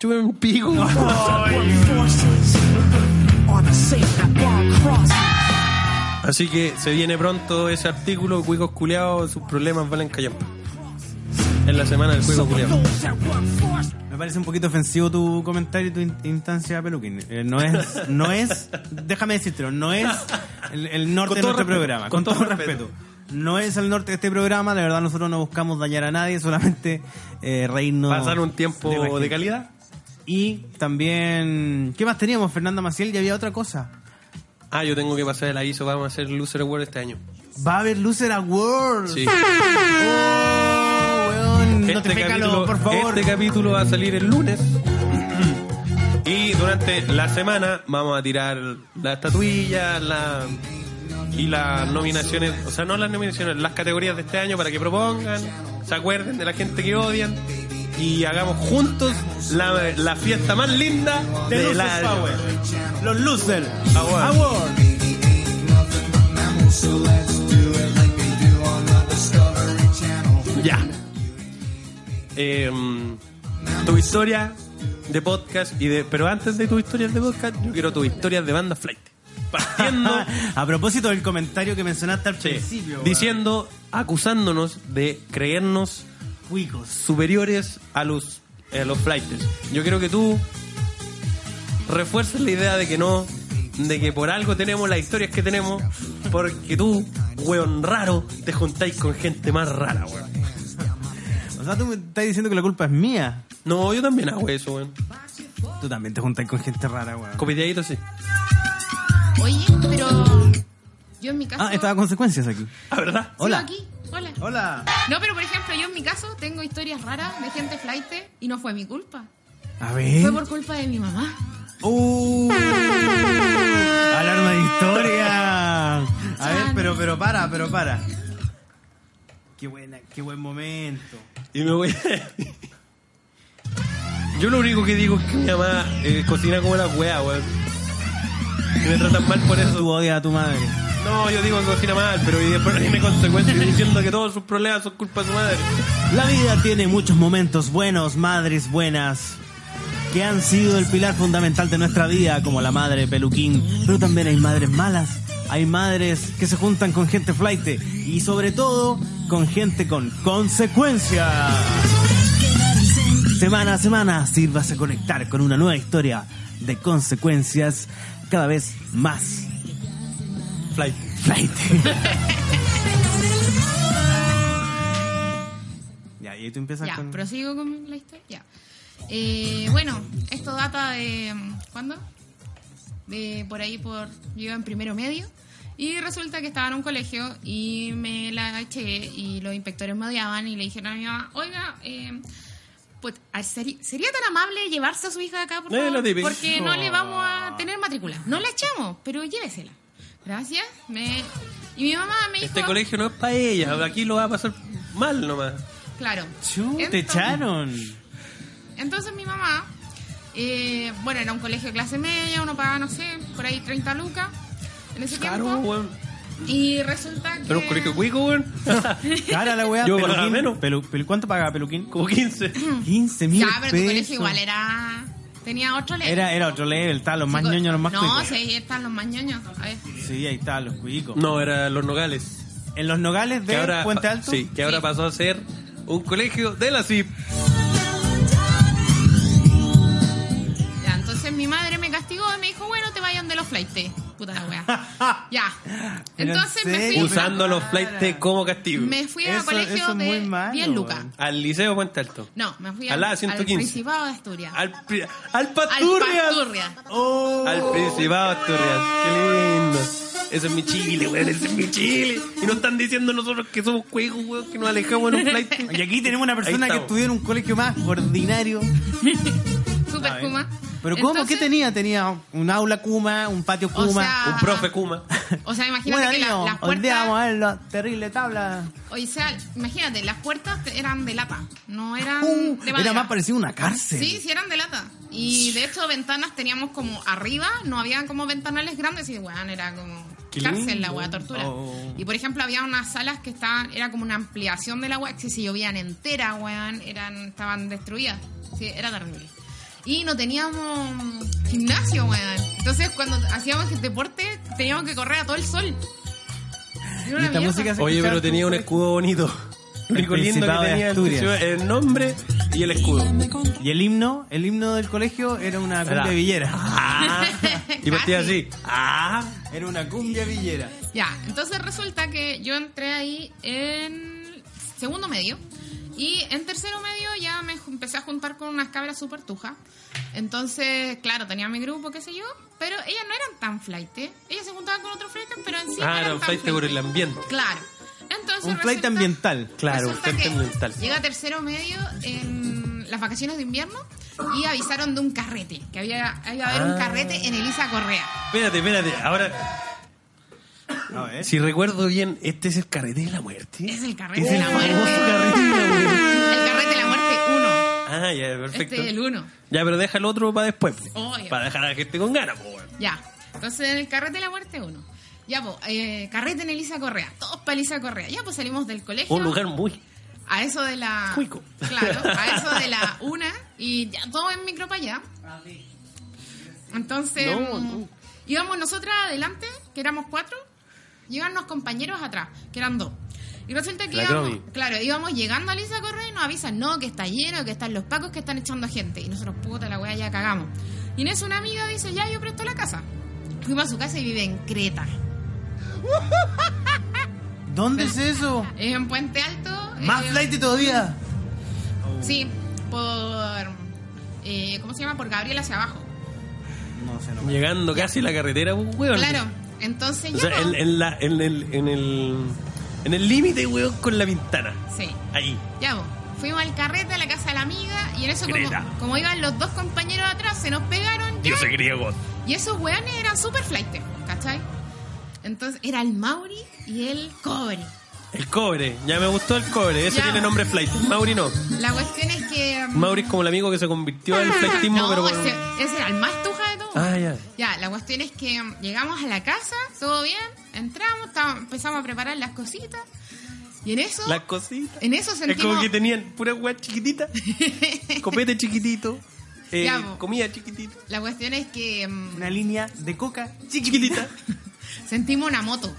S1: Tuve un pico. Así que se viene pronto ese artículo, cuicos culeados, sus problemas valen callampa. En la semana del cuico culeado.
S2: Me parece un poquito ofensivo tu comentario y tu in- instancia, Peluquín. Eh, no es, no es, déjame decírtelo, no es el, el norte
S1: Con
S2: de
S1: todo
S2: nuestro
S1: respeto,
S2: programa. Con,
S1: con todo
S2: todo, respeto. No es el norte de este programa, la verdad nosotros no buscamos dañar a nadie, solamente eh, reírnos.
S1: Pasar un
S2: de la
S1: tiempo de
S2: gente.
S1: calidad.
S2: Y también, ¿qué más teníamos? Fernanda Maciel y había otra cosa.
S1: Ah, yo tengo que pasar el aviso, vamos a hacer Loser Award este año.
S2: Va a haber Loser Awards.
S1: Sí.
S2: Oh, weón, no te
S1: Este
S2: pécalo,
S1: capítulo-
S2: por favor.
S1: Este capítulo va a salir el lunes. Y durante la semana vamos a tirar la estatuilla, la y las nominaciones, o sea, no las nominaciones, las categorías de este año para que propongan, se acuerden de la gente que odian y hagamos juntos la, la fiesta más linda
S2: The
S1: de
S2: Losers
S1: la
S2: Power. Los Loser
S1: Award.
S2: Awards.
S1: Ya. Em, tu historia de podcast y de. Pero antes de tu historia de podcast, yo quiero tu historia de banda flight. Partiendo.
S2: a propósito del comentario que mencionaste al
S1: Sí,
S2: principio. weón.
S1: diciendo, acusándonos de creernos
S2: Cuicos.
S1: superiores a los, a los flighters. Yo quiero que tú refuerces la idea de que no, de que por algo tenemos las historias que tenemos, porque tú, weón raro, te juntáis con gente más rara, weón.
S2: O sea, tú me estás diciendo que la culpa es mía.
S1: No, yo también hago eso, weón.
S2: Tú también te juntas con gente rara, weón.
S1: Copeteadito, sí.
S4: Oye, pero yo en mi caso.
S2: Ah, estaba consecuencias aquí.
S1: Ah, ¿verdad?
S4: ¿Sigo
S2: Hola.
S4: aquí? Hola.
S2: Hola.
S4: No, pero por ejemplo, yo en mi caso tengo historias raras de gente flight y no fue mi culpa.
S2: A
S4: Fue
S2: ver.
S4: por culpa de mi mamá.
S2: Uh, alarma de historia. A ver, pero, pero para, pero para. Qué buena, qué buen momento.
S1: Y me voy. Yo lo único que digo es que mi mamá eh, cocina como la weá, weón. Y me tratan mal por eso.
S2: Tú odias a tu madre.
S1: No, yo digo que cocina mal, pero y después no tiene consecuencias diciendo que todos sus problemas son culpa de su madre.
S2: La vida tiene muchos momentos buenos, madres buenas, que han sido el pilar fundamental de nuestra vida, como la madre peluquín. Pero también hay madres malas, hay madres que se juntan con gente flaite y sobre todo con gente con consecuencias. Semana a semana sírvase conectar con una nueva historia de consecuencias cada vez más
S1: Flight.
S2: flaite. Ya, y ahí tú empiezas
S4: Ya,
S2: con...
S4: prosigo con la historia. Ya. Eh, bueno, esto data de. ¿Cuándo? De por ahí, por. Yo iba en primero medio. Y resulta que estaba en un colegio y me la eché y los inspectores me odiaban y le dijeron a mi mamá, oiga, eh, pues, ¿seri- ¿sería tan amable llevarse a su hija de acá, por
S1: Eh, la
S4: favor?
S1: típica.
S4: Porque no le vamos a tener matrícula. No la echamos, pero llévesela. Gracias. Me... Y mi mamá me dijo...
S1: Este colegio no es para ella, aquí lo va a pasar mal nomás.
S4: Claro.
S2: Chu, te
S4: Entonces-
S2: echaron.
S4: Entonces mi mamá, eh, bueno, era un colegio de clase media, uno pagaba, no sé, por ahí 30 lucas en ese
S1: Caro,
S4: tiempo.
S1: weón.
S4: Y resulta que...
S1: Pero un colegio cuico, weón.
S2: Cara la weá.
S1: Yo
S2: peluquín.
S1: pagaba menos.
S2: Pelu- pelu- ¿Cuánto pagaba peluquín?
S1: Como 15.
S2: 15 mil
S4: Ya, pero tu
S2: pesos.
S4: colegio igual era... Tenía otro level.
S2: Era, era otro level, estaban los más
S4: Sí, co-
S2: ñoños, los más
S4: No,
S2: cuicos.
S4: sí, ahí están los más ñoños. A ver.
S2: Sí, ahí estaban los cuicos.
S1: No, era Los Nogales.
S2: En los nogales
S1: Que
S2: de
S1: ahora, ah,
S2: Puente Alto.
S1: Sí, que ahora
S4: Sí.
S1: pasó a ser un colegio de la CIP.
S4: Ya, entonces mi madre me castigó y me dijo, bueno, te vayan de los flightes. Puta la wea. Ya.
S2: Pero en
S4: Entonces me
S2: serio.
S4: fui...
S1: Usando los flights como castigo.
S4: Me fui a
S2: Eso-
S4: colegio
S2: eso es
S4: de
S2: muy malo,
S4: 10 lucas.
S2: weón.
S1: Al Liceo Puente Alto.
S4: No, me fui
S1: Al
S4: al,
S1: A
S4: al
S1: 115.
S4: Principado de Asturias.
S1: Al, pri- al
S4: Al
S1: Pasturrias.
S4: Pasturria.
S2: Oh,
S1: Al Principado Asturias. Qué lindo. Ese es mi chile, weón. Ese es mi chile. Y nos están diciendo nosotros que somos cuecos, weón. Que nos alejamos en un flight.
S2: y aquí tenemos una persona que
S1: estamos.
S2: estudió en un colegio más ordinario.
S4: Super Kuma.
S2: Pero ¿cómo?
S4: Entonces,
S2: ¿Qué tenía? Tenía un aula Kuma, un patio Kuma.
S4: sea,
S1: Un profe Kuma.
S4: O sea, imagínate
S2: bueno,
S4: que la-
S2: niño,
S4: las
S2: hoy día vamos
S4: puertas.
S2: a ver la terrible tabla.
S4: O sea, imagínate, las puertas te- eran de lata, no eran
S2: Uh,
S4: de madera.
S2: era más parecido a una cárcel.
S4: Sí, sí eran de lata. Y de hecho, ventanas teníamos como arriba, no habían como ventanales grandes y, weón, era como
S1: Qué
S4: cárcel la
S1: lindo.
S4: weá, tortura.
S2: Oh.
S4: Y por ejemplo, había unas salas que estaban, era como una ampliación de la weá, que si se llovían entera, weón, eran, estaban destruidas. Sí, era terrible. Y no teníamos gimnasio, weón. Entonces, cuando hacíamos este deporte, teníamos que correr a todo el sol.
S2: Y
S4: Era una
S2: esta
S4: mierda.
S2: música se
S1: Oye,
S2: escuchaba
S1: pero tenía un
S2: como-
S1: escudo bonito. Lo
S2: El
S1: único lindo
S2: Principado
S1: que
S2: de
S1: tenía el
S2: Asturias.
S1: principado- el nombre y el escudo.
S2: Y el himno, el himno del colegio era una
S1: Era-
S2: cumbia villera.
S1: Ah, y vestía
S4: Casi.
S1: así. Ah,
S2: Era una cumbia villera.
S4: Ya, entonces resulta que yo entré ahí en segundo medio y en tercero medio ya me ju- empecé a juntar con unas cabras súper tujas. Entonces, claro, tenía mi grupo, qué sé yo, pero ellas no eran tan flight. ¿eh? Ellas se juntaban con otros flight, pero en sí no
S1: ah
S4: eran
S1: era un
S4: tan
S1: flight por el
S4: flaites.
S1: ambiente.
S4: Claro. Entonces,
S2: Un flight
S4: resulta-
S2: ambiental.
S1: Claro,
S4: resulta
S1: un flight
S4: que
S1: ambiental.
S4: Llega tercero medio en las vacaciones de invierno y avisaron de un carrete, que había iba a haber un
S1: Ah.
S4: carrete en Elisa Correa.
S1: Espérate, espérate. Ahora,
S2: A ver.
S1: si recuerdo bien, este es el carrete de la muerte.
S4: Es el carrete
S1: Es
S4: de
S1: el
S4: la muerte.
S1: famoso carrete de la muerte.
S4: El carrete de la muerte uno.
S1: Ah, ya, perfecto.
S4: Este es el Oh, uno.
S1: Ya, pero deja el otro para después. pues.
S4: Obvio.
S1: Para dejar a la gente con ganas, pues, bueno.
S4: Ya. Entonces el carrete de la muerte uno. Ya, pues, eh, carrete en Elisa Correa. Todos para Elisa Correa. Ya, pues salimos del colegio.
S1: Un lugar muy.
S4: A eso de la.
S1: Cuico.
S4: Claro, a eso de la una. Y ya, todo en micro para allá. Entonces.
S1: No,
S4: mm,
S1: no.
S4: Íbamos nosotras adelante, que éramos cuatro. Y iban los compañeros atrás, que eran dos. Y resulta que
S1: La
S4: íbamos,
S1: Tommy.
S4: claro, íbamos llegando a Lisa Correa y nos avisan, no, que está lleno, que están los pacos que están echando gente. Y nosotros, puta, la weá ya cagamos. Y en eso una amiga dice, ya, yo presto la casa. Fuimos a su casa y vive en Creta.
S2: ¿Dónde es eso?
S4: Es en Puente Alto.
S2: Más
S4: eh,
S2: flight todavía.
S4: Sí, por. eh, ¿Cómo se llama? Por Gabriel hacia abajo.
S2: No sé, no.
S1: Llegando casi a la carretera, pues, weón.
S4: Claro, entonces
S1: O
S4: ya.
S1: sea,
S4: no.
S1: en, en la- en el. En el. En el límite, weón, con la ventana.
S4: Sí,
S1: Ahí.
S4: ya vos. Fuimos al carrete a la casa de la amiga y en eso, como,
S1: Greta.
S4: como iban los dos compañeros atrás, se nos pegaron. ya,
S1: Dios griego.
S4: Y esos weones eran super flight, ¿cachai? Entonces era el Mauri y el Cobre.
S1: El cobre, ya me gustó el cobre. Ese
S4: Ya.
S1: tiene nombre flight. Mauri no.
S4: La cuestión es que. um,
S1: Mauri es como el amigo que se convirtió al flightismo,
S4: Ah, no,
S1: pero. bueno.
S4: ese, ese era el más tuja de todos.
S1: Ah, ya.
S4: Ya, la cuestión es que mm, llegamos a la casa, todo bien, entramos, tá- empezamos a preparar las cositas. Y en eso,
S1: Las cositas.
S4: en eso
S1: Es como
S4: sentimos.
S1: que tenían pura weá chiquitita. Copete chiquitito. eh,
S4: Ya, po.
S1: comida chiquitita.
S4: La cuestión es que mm,
S2: Una línea de coca.
S1: Chiquitita.
S4: sentimos una moto.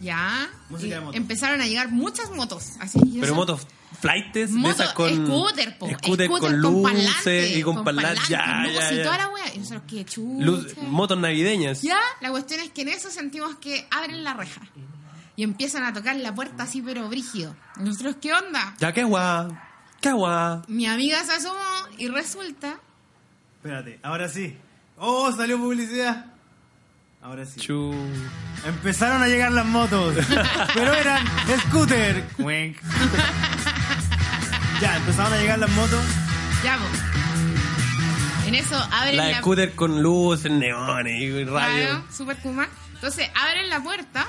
S4: Ya.
S2: Música
S4: y
S2: de moto.
S4: Empezaron a llegar muchas motos. Así, y yo
S1: Pero
S4: sent-
S1: motos flightes de
S4: Moto,
S1: esas con.
S4: scooter, po,
S1: scooter con, luces
S4: parlante,
S1: y con, parlantes. Ya,
S4: luces
S1: ya,
S4: y
S1: ya.
S4: toda la wea. Y nosotros, qué chucha.
S1: Luz- motos navideñas.
S4: Ya, la cuestión es que en eso sentimos que abren la reja. Y empiezan a tocar la puerta así, pero brígido. Y Nosotros, ¿qué onda?
S1: Ya, qué guá. Qué guá.
S4: Mi amiga se asomó y resulta...
S2: Espérate, ahora sí. Oh, salió publicidad. Ahora sí.
S1: Chu.
S2: Empezaron a llegar las motos, pero eran scooter. Cuenc. Ya, empezaron a llegar las motos.
S4: Ya, po. En eso abren
S1: La
S4: la,
S1: scooter con luces, neones y
S4: Claro,
S1: rayos.
S4: super Kuma. Entonces, abren la puerta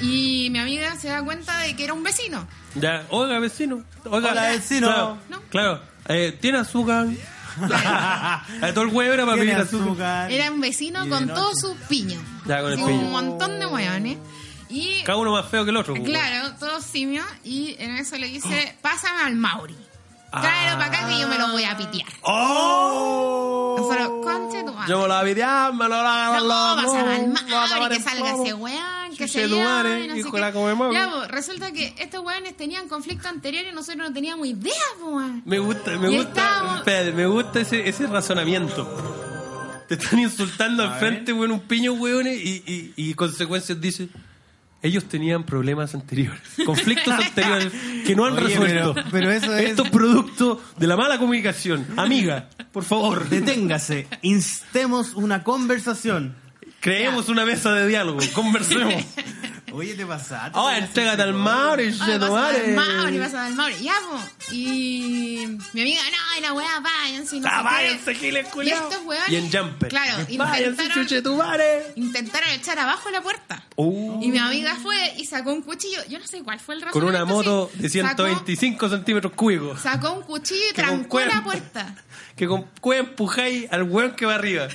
S4: y mi amiga se da cuenta de que era un vecino.
S1: Ya, oiga vecino. Oiga,
S2: Hola, vecino.
S1: Claro,
S4: No.
S1: claro. Eh, tiene azúcar. A todo el huevo era para pedir
S2: Tiene
S1: azúcar.
S2: azúcar.
S4: Era un vecino
S2: Y de
S4: con
S2: noche.
S4: todo su piño.
S1: Ya, con el
S4: Así,
S1: piño. Oh.
S4: Un montón de hueones. Y
S1: Cada uno más feo que el otro.
S4: Claro, todo simio. Y en eso le dice, pásame al Mauri.
S1: Ah.
S4: Tráelo para acá que yo me lo voy a pitear.
S1: ¡Oh!
S4: Nosotros, conche tu madre.
S1: Yo me lo voy a me lo voy a
S4: No,
S1: agarrar la-
S4: pásame
S1: me lo
S4: al
S1: voy a
S4: Mauri,
S1: agarrar
S4: que
S1: el
S4: salga
S1: plomo.
S4: ese weón, que
S1: Sí,
S4: se
S1: ese
S4: llame,
S1: lugar,
S4: no
S1: eh,
S4: sé
S1: hijo
S4: qué.
S1: de la come mami.
S4: Ya, pues, resulta que estos weones tenían conflicto anterior y nosotros no teníamos idea, pues, weón.
S1: Me gusta, me
S4: Y
S1: gusta.
S4: estábamos-
S1: espérate, me gusta ese, ese razonamiento. Te están insultando al frente, weón, un piño, weón, y, y, y consecuencias dice. Ellos tenían problemas anteriores, conflictos anteriores que no han
S2: Oye,
S1: resuelto.
S2: pero- pero eso es-
S1: Esto es producto de la mala comunicación. Amiga, por favor,
S2: Deténgase, instemos una conversación.
S1: creemos una mesa de diálogo, conversemos.
S2: Oye, te pasaste.
S1: Ahora entrégate al mar y
S4: Ay,
S1: se
S4: pásame al Mauri,
S1: tomare.
S4: pásame al Mauri. Ya, pues. Y mi amiga, no, y la weá, váyanse. y No
S1: Ah,
S4: sé qué.
S1: váyanse, giles,
S4: Y
S1: culiao.
S4: estos weones.
S1: Y en jumper.
S4: Claro,
S1: Váyanse,
S4: intentaron-
S1: chuchetumare.
S4: intentaron echar abajo la puerta.
S1: Uh.
S4: Y mi amiga fue y sacó un cuchillo. Yo no sé cuál fue el
S1: con
S4: razonamiento.
S1: una moto
S4: sí.
S1: de 125 centímetros cúbicos.
S4: Sacó, sacó un cuchillo y
S1: Que con
S4: trancó la
S1: cuerda-
S4: puerta.
S1: Que con cueva empujáis al weón que va arriba.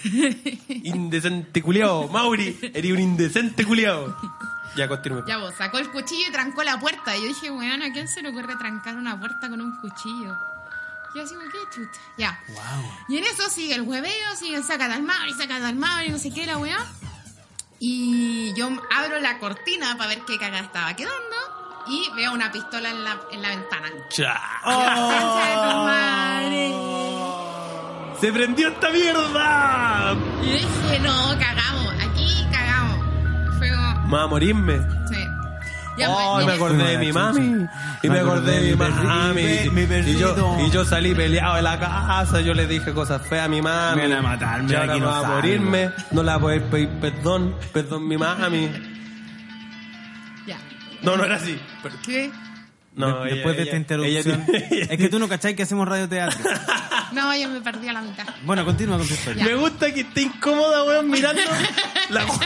S1: Indecente culiao. Mauri, eres un indecente culiao. Ya, continúe.
S4: Ya vos, sacó el cuchillo y trancó la puerta. Y yo dije, weón, ¿a quién se le ocurre trancar una puerta con un cuchillo? Yo así, como, qué chucha. Ya. Y en eso sigue el hueveo, sigue saca al Mauri, saca al Mauri, no sé qué, la weá. Y yo abro la cortina para ver qué cagada estaba quedando. Y veo una pistola en la, en la ventana.
S1: Cha.
S4: Concha de tu madre.
S1: ¡Se prendió esta mierda!
S4: Y dije, no, cagamos, aquí cagamos. Fue como,
S1: Me va a morirme.
S4: sí.
S1: Oh,
S4: pues,
S1: me
S4: y-
S1: acordé de mi mami. Y me acordé de mi
S2: perri-
S1: mami.
S2: mi
S1: Y yo,
S2: perrito.
S1: y yo salí peleado de la casa. Yo le dije cosas feas a mi mami.
S2: Me van a matar,
S1: Y
S2: mira,
S1: ahora
S2: aquí
S1: me
S2: no
S1: va a
S2: salgo.
S1: morirme. No la voy a poder pedir perdón. Perdón, mi mami.
S4: Ya.
S1: No, no era así. Pero-
S4: ¿Qué?
S1: No,
S2: De-
S1: ella-
S2: después de esta
S1: ella-
S2: interrupción.
S1: ella- ella-
S2: es que tú no cachai que hacemos radioteatro.
S4: No, yo me perdí a la mitad.
S2: Bueno, continúa con tu historia.
S4: Ya.
S1: Me gusta que esté incómoda, weón, mirando la weá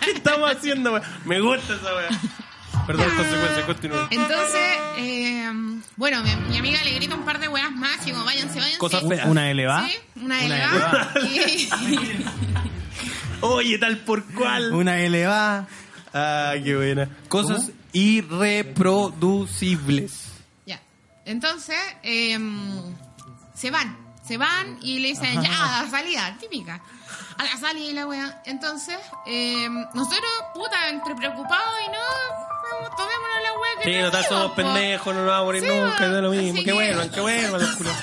S1: que estamos haciendo, weón. Me gusta esa weón. Perdón, consecuencia, continúa.
S4: Entonces, eh, bueno, mi, mi amiga le grita un par de weas más, y como váyanse, váyanse.
S1: Cosas
S4: sí,
S1: feas.
S2: Una elevada.
S4: una de
S2: Una
S4: elevada. Y-
S1: Oye, tal por cual.
S2: Una elevada.
S1: Ah, qué buena. Cosas irreproducibles.
S4: ya. Entonces, eh, se van. Se van y le dicen, ya, a la salida, típica. A la salida y la wea. Entonces, eh, nosotros, puta, entre preocupados y no, vamos, tomémonos la wea que
S1: Sí, no tal,
S4: tenemos,
S1: somos
S4: po.
S1: pendejos, no nos vamos a morir
S4: Sí,
S1: nunca,
S4: weón.
S1: es lo mismo.
S4: Así
S1: Qué
S4: que-
S1: bueno, qué bueno, los culos.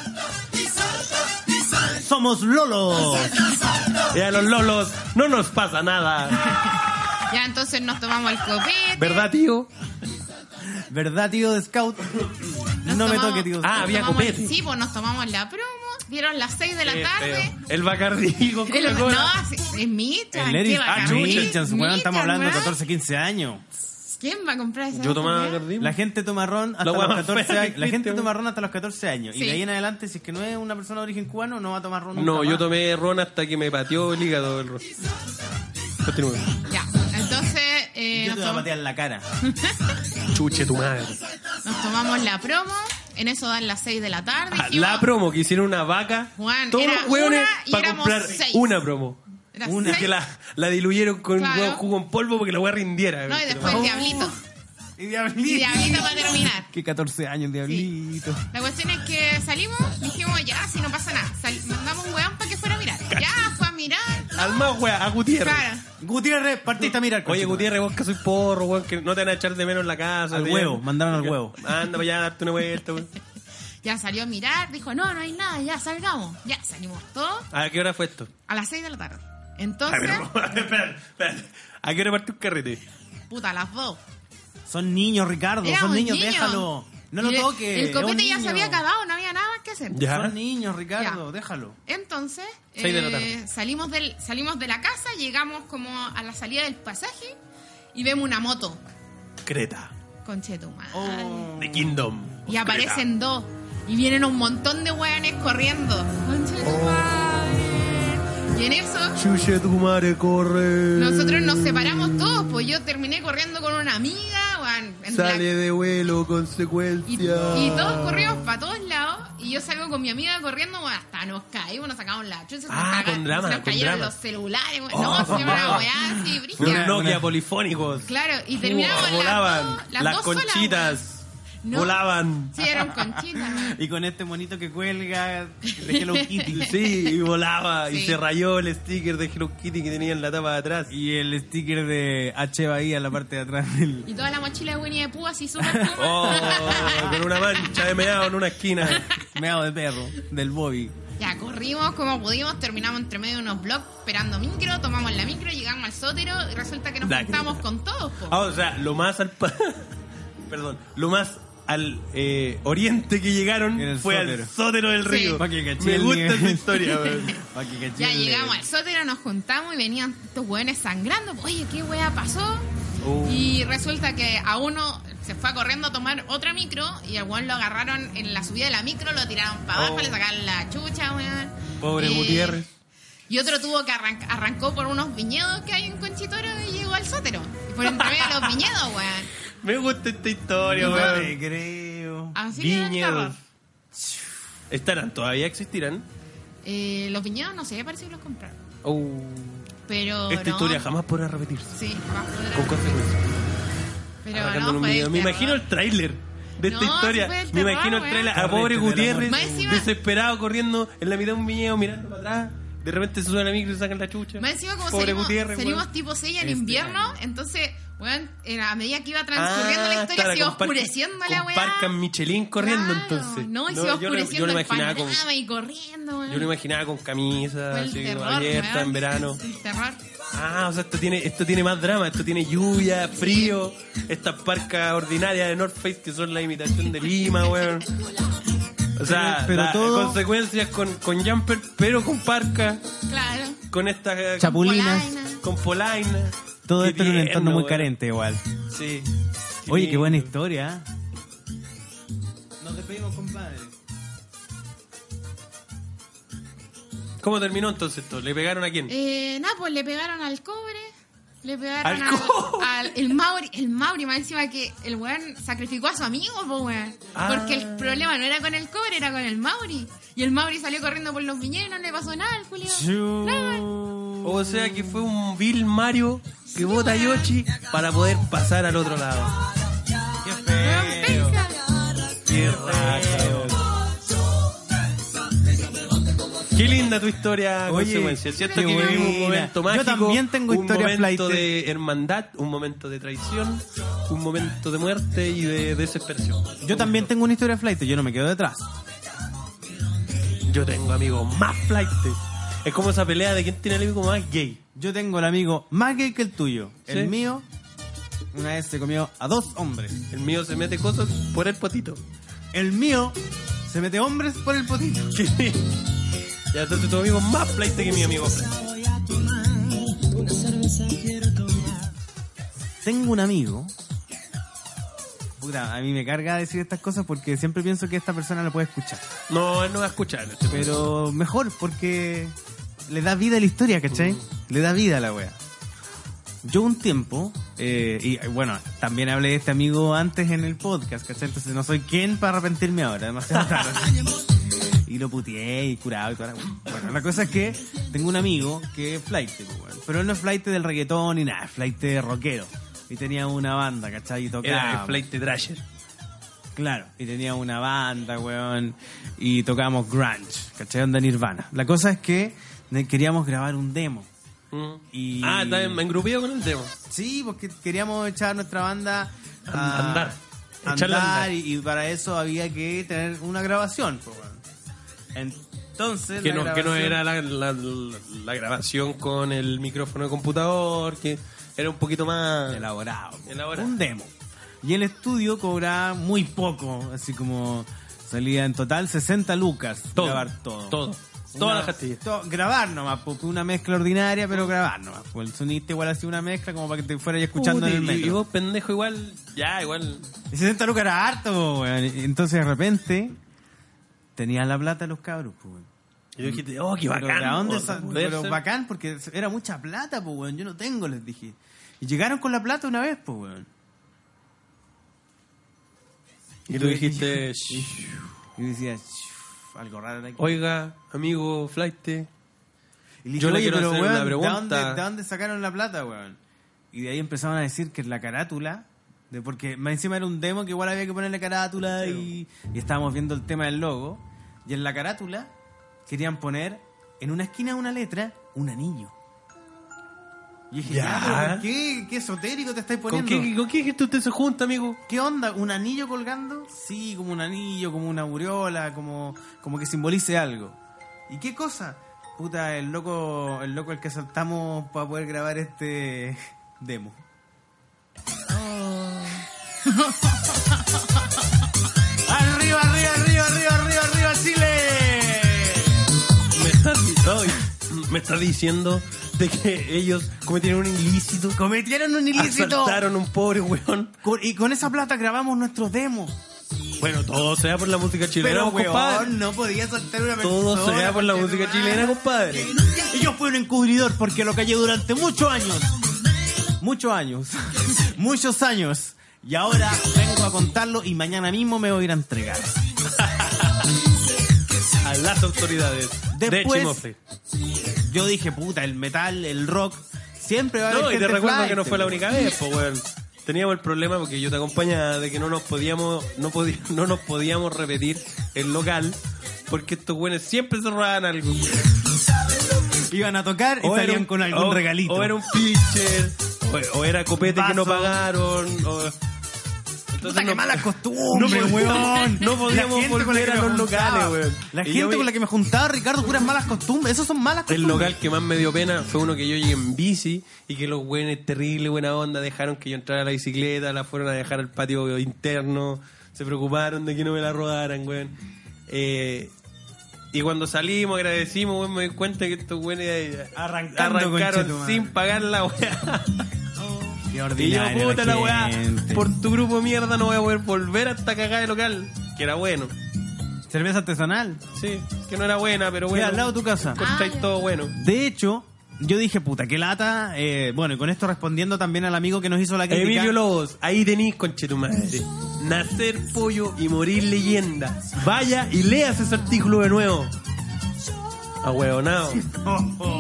S2: Somos Lolo.
S1: Y a los lolos no nos pasa nada.
S4: Ya, entonces nos tomamos el copete.
S1: ¿Verdad, tío?
S2: ¿Verdad, tío de Scout?
S4: Nos
S2: No me
S4: tomamos-
S2: toque, tío.
S1: Ah,
S4: nos
S1: había
S4: tomamos-
S1: copete.
S4: Sí, pues nos tomamos la promo, dieron las 6 de la
S1: Qué
S4: tarde.
S1: feo. El bacardí con
S4: El- no,
S1: Coca-Cola.
S4: es, es Michan.
S2: El Eric
S4: qué
S2: ah,
S4: bacán.
S2: chucha, su weón, estamos
S4: Michan,
S2: hablando de
S4: weón.
S2: 14, 15 años.
S4: ¿Quién va a comprar esa?
S1: Yo tomaba
S4: weá?
S1: bacardí.
S2: La gente toma ron hasta
S1: La
S2: los
S1: weá más
S2: 14
S1: fea que
S2: años. La gente
S1: existe,
S2: toma ron hasta los 14 años. Y
S4: Sí.
S2: de ahí en adelante, si es que no es una persona de origen cubano, no va a tomar ron.
S1: No,
S2: nunca
S1: yo
S2: más.
S1: tomé ron hasta que me pateó el hígado el ron. Continúe.
S4: Ya, entonces... Eh,
S2: Yo te voy a
S4: nos tomamos-
S2: patear la cara.
S1: Chuche tu madre.
S4: Nos tomamos la promo, en eso dan las 6 de la tarde.
S1: Ah,
S4: dijimos,
S1: la promo que hicieron una vaca.
S4: Juan,
S1: todos
S4: era
S1: los hueones
S4: una y
S1: para
S4: éramos
S1: comprar
S4: seis.
S1: una promo.
S4: Era
S1: una
S4: seis.
S1: que la, la diluyeron con
S4: Claro.
S1: huevo- jugo en polvo porque la hueá rindiera.
S4: No, y
S1: Pero-
S4: después el diablito.
S2: Y
S4: Y
S2: Diablito.
S4: diablito para terminar.
S2: Que 14 años, Diablito.
S4: La cuestión es que salimos, dijimos, ya, si no pasa nada. Sal- mandamos un weón para que fuera a mirar. Ya, fue a mirar.
S1: Al más, wea, a Gutiérrez.
S4: Claro.
S2: Gutiérrez, partiste a mirar.
S1: Oye,
S2: conchetumare.
S1: Gutiérrez, vos que soy porro, weón, que no te van a echar de menos en la casa.
S2: Al
S1: te
S2: huevo,
S1: llaman.
S2: mandaron al huevo.
S1: Anda para allá, darte una vuelta, weón.
S4: Ya salió a mirar, dijo, no, no hay nada, ya salgamos. Ya salimos todos
S1: ¿A qué hora fue esto?
S4: a las 6 de la tarde.
S1: A
S4: Entonces,
S1: ver, espérate, espérate. ¿A qué hora partió un carrete?
S4: puta, a las 2.
S2: Son niños, Ricardo.
S4: Éramos
S2: son niños,
S4: niños.
S2: déjalo. No
S4: Y
S2: lo
S4: el-
S2: toques.
S4: El copete
S2: es
S4: ya
S2: un
S4: se había
S2: niño.
S4: acabado, no había nada más que hacer.
S1: Ya.
S2: Son niños, Ricardo, déjalo.
S4: Entonces,
S1: Seis de la
S4: eh,
S1: tarde.
S4: salimos, del, salimos de la casa, llegamos como a la salida del pasaje y vemos una moto.
S1: Creta.
S4: Conchetumal.
S1: De Kingdom.
S4: Y aparecen dos. Y vienen un montón de hueones corriendo.
S1: Oh.
S4: Conchetumal. Y en eso
S1: Chuche tu madre, corre.
S4: Nosotros nos separamos todos, pues yo terminé corriendo con una amiga, weón, en la-
S1: de vuelo,
S4: y,
S1: consecuencia.
S4: y todos corrimos para todos lados, y yo salgo con mi amiga corriendo, weón, hasta nos caímos, nos sacamos la chucha, se nos
S1: Ah,
S4: caga-
S1: con drama,
S4: se nos
S1: con
S4: cayeron
S1: drama.
S4: los celulares, weón. no, se una weá así,
S1: Fue un
S4: brígida.
S1: Nokia polifónicos.
S4: Claro, y terminamos las
S1: volaban.
S4: dos- las, dos solas, weón.
S1: conchitas.
S4: No.
S1: Volaban.
S4: Sí, eran conchitas, weón.
S2: Y con este monito que cuelga de Hello Kitty.
S1: Sí, y volaba. Y
S4: Sí.
S1: se rayó el sticker de Hello Kitty que tenía en la tapa de atrás. Y-
S2: Y el sticker de H. Bahía en la parte de atrás del.
S4: Y toda la mochila de Winnie de Pooh así súper pluma.
S1: Oh, con una mancha de meado en una esquina.
S2: Meado de perro, del Bobby.
S4: Ya, corrimos como pudimos, terminamos entre medio de unos blogs esperando micro, tomamos la micro, llegamos al sótero y resulta que nos
S1: Da-
S4: juntamos con todos, po.
S1: Ah, o sea, lo más al. pa- Perdón, lo más al eh, oriente que llegaron
S2: En el
S1: fue
S2: sótero.
S1: al sótero del
S4: Sí.
S1: río.
S2: Pa' que caché
S1: Me
S2: el
S1: gusta
S2: nivel.
S1: esa historia, weón.
S2: Pa' que caché
S4: Ya
S2: el-
S4: llegamos al sótero, nos juntamos y venían estos hueones sangrando. Oye, ¿qué hueá pasó?
S1: Uh.
S4: Y resulta que a uno se fue corriendo a tomar otra micro y al hueón lo agarraron en la subida de la micro, lo tiraron para abajo,
S1: Oh.
S4: le sacaron la chucha, hueón.
S1: Pobre
S4: Eh,
S1: Gutiérrez.
S4: Y otro tuvo que arrancar, arrancó por unos viñedos que hay en Conchitoro y llegó al sótero. Por entre medio de los viñedos, hueón.
S1: Me gusta esta historia,
S2: No te
S1: weón.
S2: creo.
S4: Así que era el
S1: Viñedos.
S4: terror.
S1: ¿Estarán? ¿Todavía existirán?
S4: Eh, los viñedos no sé, parece que los compraron.
S1: Oh.
S4: Pero
S1: Esta
S4: no.
S1: historia jamás podrá repetirse.
S4: Sí, jamás podrá.
S1: Con consecuencias.
S4: Pero
S1: Arrancando
S4: no,
S1: un
S4: fue
S1: video.
S4: el
S1: Me
S4: terror.
S1: imagino el tráiler de esta
S4: No,
S1: historia.
S4: sí fue el
S1: Me
S4: terror,
S1: imagino el
S4: weón.
S1: tráiler a pobre
S2: Carrete de la
S1: Gutiérrez
S4: Más encima-
S1: desesperado corriendo en la mitad de un viñedo mirando para atrás. De repente se sube a la micro y sacan la chucha.
S4: Más encima como
S1: pobre
S4: salimos,
S1: Gutiérrez,
S4: salimos
S1: weón.
S4: tipo 6 en
S2: Este
S4: invierno, entonces, weón, en la medida que
S1: Ah,
S4: iba transcurriendo la historia, se iba oscureciendo la weá.
S1: Parcan Michelin corriendo
S4: Claro,
S1: entonces.
S4: No, y se
S1: yo
S4: iba
S1: lo- yo
S4: oscureciendo
S1: lo
S4: el
S1: imaginaba con,
S4: panorama y corriendo, weón.
S1: yo lo imaginaba con camisa,
S4: Fue el
S1: así,
S4: terror,
S1: abierta
S4: weón.
S1: en verano.
S4: El terror.
S1: Ah, o sea, esto tiene, esto tiene más drama, esto tiene lluvia, frío, estas parcas ordinarias de North Face que son la imitación de Lima, weón. O sea,
S2: Pero- pero
S1: la-
S2: todo-
S1: consecuencias con, con jumper, pero con parca,
S4: Claro.
S1: con estas...
S2: Chapulinas.
S4: Polaina.
S1: Con polaina.
S2: Todo
S1: Qué
S2: esto en un
S1: tierno,
S2: entorno muy
S1: weón.
S2: carente, igual.
S1: Sí.
S2: Oye, qué buena
S1: lindo.
S2: historia. ¿eh? Nos despedimos, compadre.
S1: ¿Cómo terminó entonces esto? ¿Le pegaron a quién?
S4: Eh, nada, pues le pegaron al cobre. Le
S1: Al
S4: pegaron al,
S1: cobre.
S4: al- el Mauri, el Mauri, más encima que el weón sacrificó a su amigo, po, weón.
S1: Ah.
S4: Porque el problema no era con el cobre, era con el Mauri. Y el Mauri salió corriendo por los viñedos, no le pasó nada al Julio. Nada.
S1: O sea que fue un Bill Mario que bota a Yoshi para poder pasar al otro lado.
S2: Qué
S4: Weón,
S2: feo.
S4: penca.
S1: Qué raro. Qué linda tu historia,
S2: Oye,
S1: consecuencia. Cierto
S2: qué
S1: que vivimos un
S2: buena.
S1: momento
S2: Yo
S1: mágico.
S2: también tengo
S1: un
S2: historias
S1: momento
S2: flightes.
S1: de hermandad, un momento de traición, un momento de muerte y de desesperación.
S2: Yo también tengo una historia flight, yo no me quedo detrás.
S1: Yo tengo amigos más flightes. Es como esa pelea de quién tiene el amigo más gay.
S2: Yo tengo el amigo más gay que el tuyo.
S1: Sí.
S2: El mío, una vez se comió a dos hombres.
S1: El mío se mete cosas por el potito.
S2: El mío se mete hombres por el potito.
S1: ya entonces tu amigo es más flight que mi amigo.
S2: Tengo un amigo. Puta, a mí me carga decir estas cosas porque siempre pienso que esta persona lo puede escuchar.
S1: No, él no va a escuchar. este
S2: Pero
S1: Mm.
S2: mejor porque le da vida a la historia, ¿cachai? Le da vida a la wea. yo un tiempo, eh, y eh, bueno, también hablé de este amigo antes en el podcast, ¿cachai? Entonces no soy quien para arrepentirme ahora, demasiado raro. y lo puteé y curado y toda la wea. Bueno, la cosa es que tengo un amigo que es flight, pues, pero él no es flight del reggaetón ni nada, es flight rockero. Y tenía una banda, ¿cachai? Y tocaba.
S1: Era el flight de Trasher.
S2: Claro, y tenía una banda, weón, y tocábamos grunge, ¿cachai? Onda Nirvana. La cosa es que ne- queríamos grabar un demo. Mm. Y-
S1: Ah, también me engrupido con el tema.
S2: Sí, porque queríamos echar nuestra banda a
S1: Andar.
S2: a
S1: Echarla a
S2: andar,
S1: andar.
S2: y, y para eso había que tener una grabación, pues, weón. Entonces,
S1: Que
S2: la
S1: no, que no
S2: grabación-
S1: era la, la- la- la grabación con el micrófono de computador, que era un poquito más...
S2: elaborado. po.
S1: Elaborado.
S2: Un demo. Y el estudio cobraba muy poco, así como salía en total 60 lucas
S1: Todo,
S2: grabar todo.
S1: todo. Todas las castillas.
S2: to- grabar nomás, po, una mezcla ordinaria, pero grabar nomás. po. El sonista igual hacía una mezcla como para que te fuera ahí escuchando
S1: Puta,
S2: en el
S1: y-
S2: metro.
S1: Y vos, pendejo, igual... Ya, igual...
S2: Y 60 lucas era harto, po, weón. Y Entonces de repente tenía la plata los cabros, po, weón.
S1: Y yo dije, oh, qué
S2: Pero,
S1: bacán.
S2: ¿de dónde
S1: por
S2: sa-
S1: poder
S2: pero
S1: ser-
S2: bacán, porque era mucha plata, pues, weón. Yo no tengo, les dije. Y llegaron con la plata una vez, pues, weón.
S1: Y tú dijiste, "Shh,
S2: Y yo decía, "Chuf, algo raro era aquí.
S1: oiga, amigo flight,
S2: Y le dije,
S1: yo le
S2: "Oye,
S1: quiero
S2: pero,
S1: hacer
S2: weón,
S1: una
S2: ¿de
S1: pregunta".
S2: dónde- ¿de dónde sacaron la plata, weón? Y de ahí empezaron a decir que la carátula, de porque más encima era un demo que igual había que ponerle carátula y, y estábamos viendo el tema del logo. Y en la carátula querían poner en una esquina de una letra un anillo. Y dije,
S1: Ya.
S2: "Ya, pero ¿por qué? ¿Qué esotérico te estáis
S1: ¿Con
S2: poniendo?
S1: qué, ¿Con qué gente usted se junta, amigo?
S2: ¿Qué onda? ¿Un anillo colgando? Sí, como un anillo, como una aureola, como, como que simbolice algo. ¿Y qué cosa? Puta, el loco, el loco el que saltamos para poder grabar este demo. Oh. ¡Arriba, arriba, arriba, arriba, arriba, arriba, Chile!
S1: Me está, ay, me está diciendo de que ellos cometieron un ilícito.
S2: Cometieron un ilícito.
S1: Asaltaron a un pobre weón.
S2: Con- y con esa plata grabamos nuestros demos.
S1: Bueno, todo se da por la música chilena,
S2: Pero,
S1: compadre.
S2: weón, no podía saltar una persona.
S1: Todo se vea por la
S2: conchetumare.
S1: música chilena, compadre.
S2: Y yo fui un encubridor porque lo callé durante muchos años. Muchos años. muchos años. Y ahora vengo a contarlo y mañana mismo me voy a ir a entregar.
S1: A las autoridades
S2: Después-
S1: de Chimofle.
S2: Yo dije, puta, el metal, el rock, siempre va a haber
S1: No, y te
S2: gente
S1: recuerdo
S2: flight,
S1: que no fue la
S2: weón.
S1: única vez, pues weón. Teníamos el problema porque yo te acompañaba de que no nos podíamos, no, podi- no nos podíamos repetir el local porque estos güeyes siempre se robaban algo.
S2: Iban a tocar y
S1: O era
S2: salían
S1: un-
S2: con algún
S1: o-
S2: regalito.
S1: O era un pitcher, o, o era copete que no
S2: Vaso.
S1: pagaron. O...
S2: Puta,
S1: Entonces
S2: qué
S1: no-
S2: malas costumbres,
S1: no podíamos-
S2: weón.
S1: no podíamos
S2: La gente con la
S1: volver
S2: que
S1: a
S2: me
S1: los
S2: juntaba.
S1: locales, weón.
S2: La
S1: Y yo
S2: gente
S1: vi-
S2: con la que me juntaba, Ricardo, puras malas costumbres. Esas son malas
S1: El
S2: costumbres.
S1: local que más me dio pena fue uno que yo llegué en bici y que los güeyes terrible buena onda dejaron que yo entrara a la bicicleta, la fueron a dejar al patio interno, se preocuparon de que no me la rodaran, güey. Eh, y cuando salimos, agradecimos, güey, me di cuenta que estos güeyes eh,
S2: Arrancando,
S1: arrancaron
S2: conchetumare.
S1: sin pagar la weá.
S2: Qué
S1: Y yo,
S2: ordinaria
S1: puta la weá,
S2: gente.
S1: por tu grupo mierda no voy a poder volver hasta cagada de local. Que era bueno,
S2: Cerveza artesanal.
S1: sí, que no era buena, pero
S2: Mira,
S1: bueno.
S2: al lado de tu casa.
S1: cortáis
S4: Ah, ya.
S1: todo bueno.
S2: De hecho, yo dije, puta, qué lata. eh, bueno, y con esto respondiendo también al amigo que nos hizo la crítica.
S1: Emilio Lobos, ahí tenéis conchetumadre. Nacer pollo y morir leyenda. Vaya y leas ese artículo de nuevo. Ahueonado.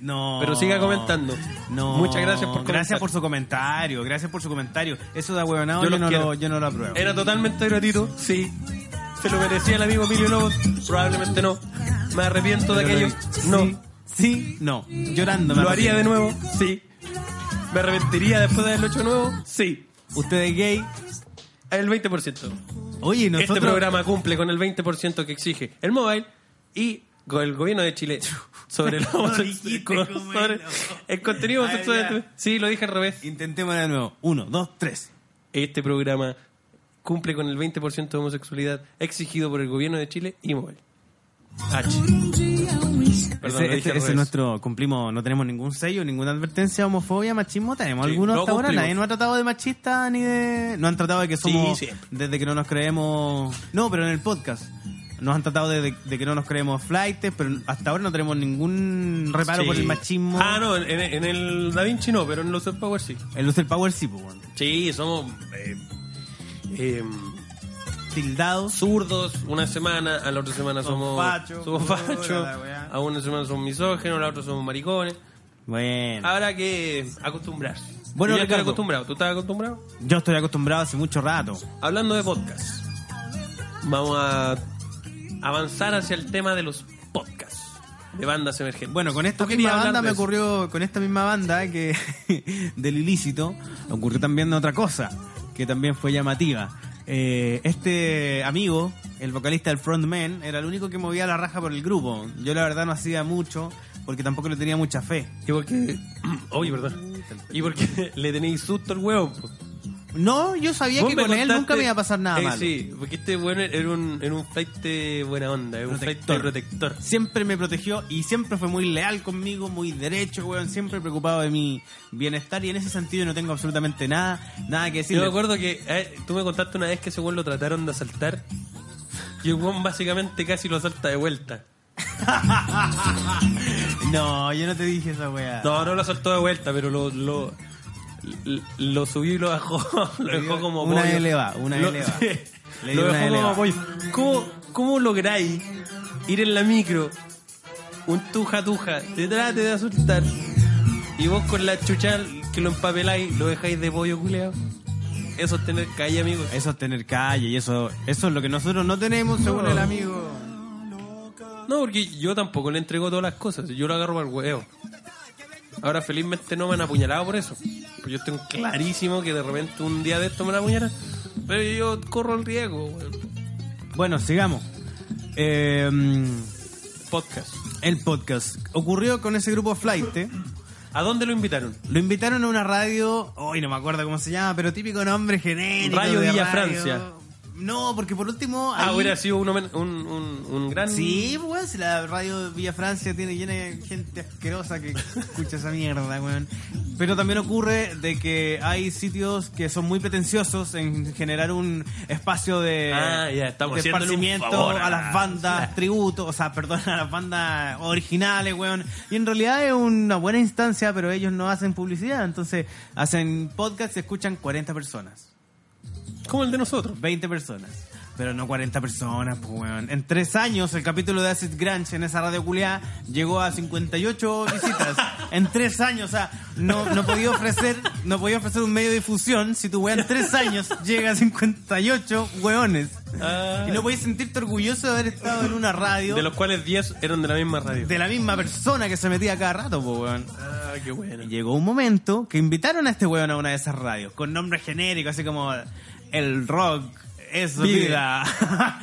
S2: no.
S1: Pero siga comentando.
S2: No.
S1: Muchas gracias por comentar.
S2: Gracias por su comentario. Gracias por su comentario. Eso de ahueonado
S1: Yo
S2: yo,
S1: los
S2: no
S1: quiero.
S2: lo, yo no lo apruebo.
S1: Era totalmente gratuito, sí. ¿Se lo merecía el amigo Emilio Lobos? Probablemente no. Me arrepiento de
S2: Pero
S1: aquello.
S2: lo-
S1: No.
S2: Sí, sí, no. Llorando. me
S1: ¿Lo haría
S2: arrepiento.
S1: de nuevo? Sí. ¿Me arrepentiría después del 8 nuevo? Sí.
S2: Usted es gay.
S1: El 20%.
S2: Oye, nosotros.
S1: Este programa cumple con el 20% que exige el mobile y con el gobierno de Chile sobre la
S2: No dijiste
S1: con-
S2: cómo
S1: sobre
S2: era.
S1: el contenido
S2: A ver,
S1: sexual.
S2: ya.
S1: Sí, lo dije al revés.
S2: Intentemos de nuevo. Uno, dos, tres.
S1: Este programa cumple con el 20% de homosexualidad exigido por el gobierno de Chile y mobile. H. Perdón,
S2: ese, ese-
S1: lo dije al
S2: ese
S1: revés.
S2: es nuestro, cumplimos, no tenemos ningún sello, ninguna advertencia, homofobia, machismo, tenemos
S1: Sí,
S2: algunos
S1: lo
S2: hasta ahora,
S1: cumplimos.
S2: nadie nos ha tratado de machista ni de... No han tratado de que somos,
S1: siempre.
S2: desde que no nos creemos... No, pero en el podcast. Nos han tratado de, de- de que no nos creemos flightes, pero hasta ahora no tenemos ningún reparo
S1: Sí.
S2: por el machismo.
S1: Ah, no, en, en el Da Vinci no, pero en los Power sí.
S2: El Lucifer Power sí, pues, bueno.
S1: Sí, somos eh, eh,
S2: Tildados.
S1: zurdos una semana, a la otra semana somos
S2: Somos fachos.
S1: somos
S2: Puta la
S1: fachos,
S2: weá.
S1: a una semana somos misógenos, a la otra somos maricones.
S2: Bueno.
S1: Habrá que acostumbrarse.
S2: Bueno,
S1: Yo ya estoy
S2: Ricardo.
S1: acostumbrado. ¿Tú estás acostumbrado?
S2: Yo estoy acostumbrado hace mucho rato.
S1: Hablando de podcast, vamos a avanzar hacia el tema de los podcasts de bandas emergentes.
S2: Bueno, con esta
S1: Tú querías
S2: misma
S1: hablar
S2: banda
S1: de
S2: me
S1: eso.
S2: ocurrió, con esta misma banda que del ilícito, ocurrió también otra cosa que también fue llamativa. Eh, este amigo, el vocalista del frontman, era el único que movía la raja por el grupo. Yo la verdad no hacía mucho porque tampoco le tenía mucha fe.
S1: Y porque. Oye, perdón. Y porque le tenéis susto al huevo. po.
S2: No, yo sabía
S1: Vos
S2: que
S1: me
S2: con él
S1: contaste-
S2: nunca me iba a pasar nada
S1: Eh,
S2: malo.
S1: Sí, porque este weón era un, era un flight buena onda, era un flight
S2: Protector.
S1: protector.
S2: Siempre me protegió y siempre fue muy leal conmigo, muy derecho, weón, siempre preocupado de mi bienestar y en ese sentido no tengo absolutamente nada, nada que decir.
S1: Yo me acuerdo que eh, tú me contaste una vez que ese weón lo trataron de asaltar y el weón básicamente casi lo asalta de vuelta.
S2: No, yo no te dije esa weá.
S1: No, no lo asaltó de vuelta, pero lo, lo, l- lo subió y lo bajó. Lo dejó como
S2: Una
S1: pollo.
S2: eleva, una
S1: Lo-
S2: eleva.
S1: sí.
S2: Le
S1: lo
S2: dio una
S1: dejó como
S2: eleva.
S1: pollo. ¿Cómo, ¿Cómo lográis ir en la micro, un tuja tuja, te trate de asustar y vos con la chucha que lo empapeláis, lo dejáis de pollo culeado? Eso es tener calle, amigos.
S2: Eso es tener calle y eso, eso es lo que nosotros no tenemos, según el amigo.
S1: No, porque yo tampoco le entrego todas las cosas. Yo lo agarro para el huevo. Ahora, felizmente, no me han apuñalado por eso. Pues yo tengo clarísimo que de repente un día de esto me la apuñalan. Pero yo corro el riesgo, weón.
S2: Bueno, sigamos. Eh,
S1: Podcast.
S2: el podcast ocurrió con ese grupo Flight. ¿eh?
S1: ¿A dónde lo invitaron?
S2: Lo invitaron a una radio, hoy no me acuerdo cómo se llama, pero típico nombre genérico.
S1: Radio
S2: de
S1: Villa Francia.
S2: No, porque por último.
S1: Ah,
S2: ahí-
S1: hubiera sido un, homen- un, un, un gran.
S2: Sí, weón, si la radio Villa Francia tiene llena de gente asquerosa que escucha esa mierda, weón. Pero también ocurre de que hay sitios que son muy pretenciosos en generar un espacio de,
S1: Ah, ya, estamos
S2: de
S1: haciéndole un
S2: esparcimiento
S1: favor a-
S2: a las bandas tributo, o sea, perdón, a las bandas originales, weón. Y en realidad es una buena instancia, pero ellos no hacen publicidad, entonces hacen podcast y escuchan 40 personas.
S1: Como el de nosotros.
S2: 20 personas. Pero no 40 personas, pues, weón. En tres años, el capítulo de Acid Grunge en esa radio culiá llegó a 58 visitas. en tres años, o sea, no, no podía ofrecer no podía ofrecer un medio de difusión si tu weón en tres años llega a 58 weones.
S1: Ah.
S2: Y no podías sentirte orgulloso de haber estado en una radio
S1: De los cuales 10 eran de la misma radio.
S2: de la misma persona que se metía cada rato, pues, weón.
S1: Ah, qué bueno.
S2: Llegó un momento que invitaron a este weón a una de esas radios, con nombre genérico, así como El Rock es
S1: Vive.
S2: vida.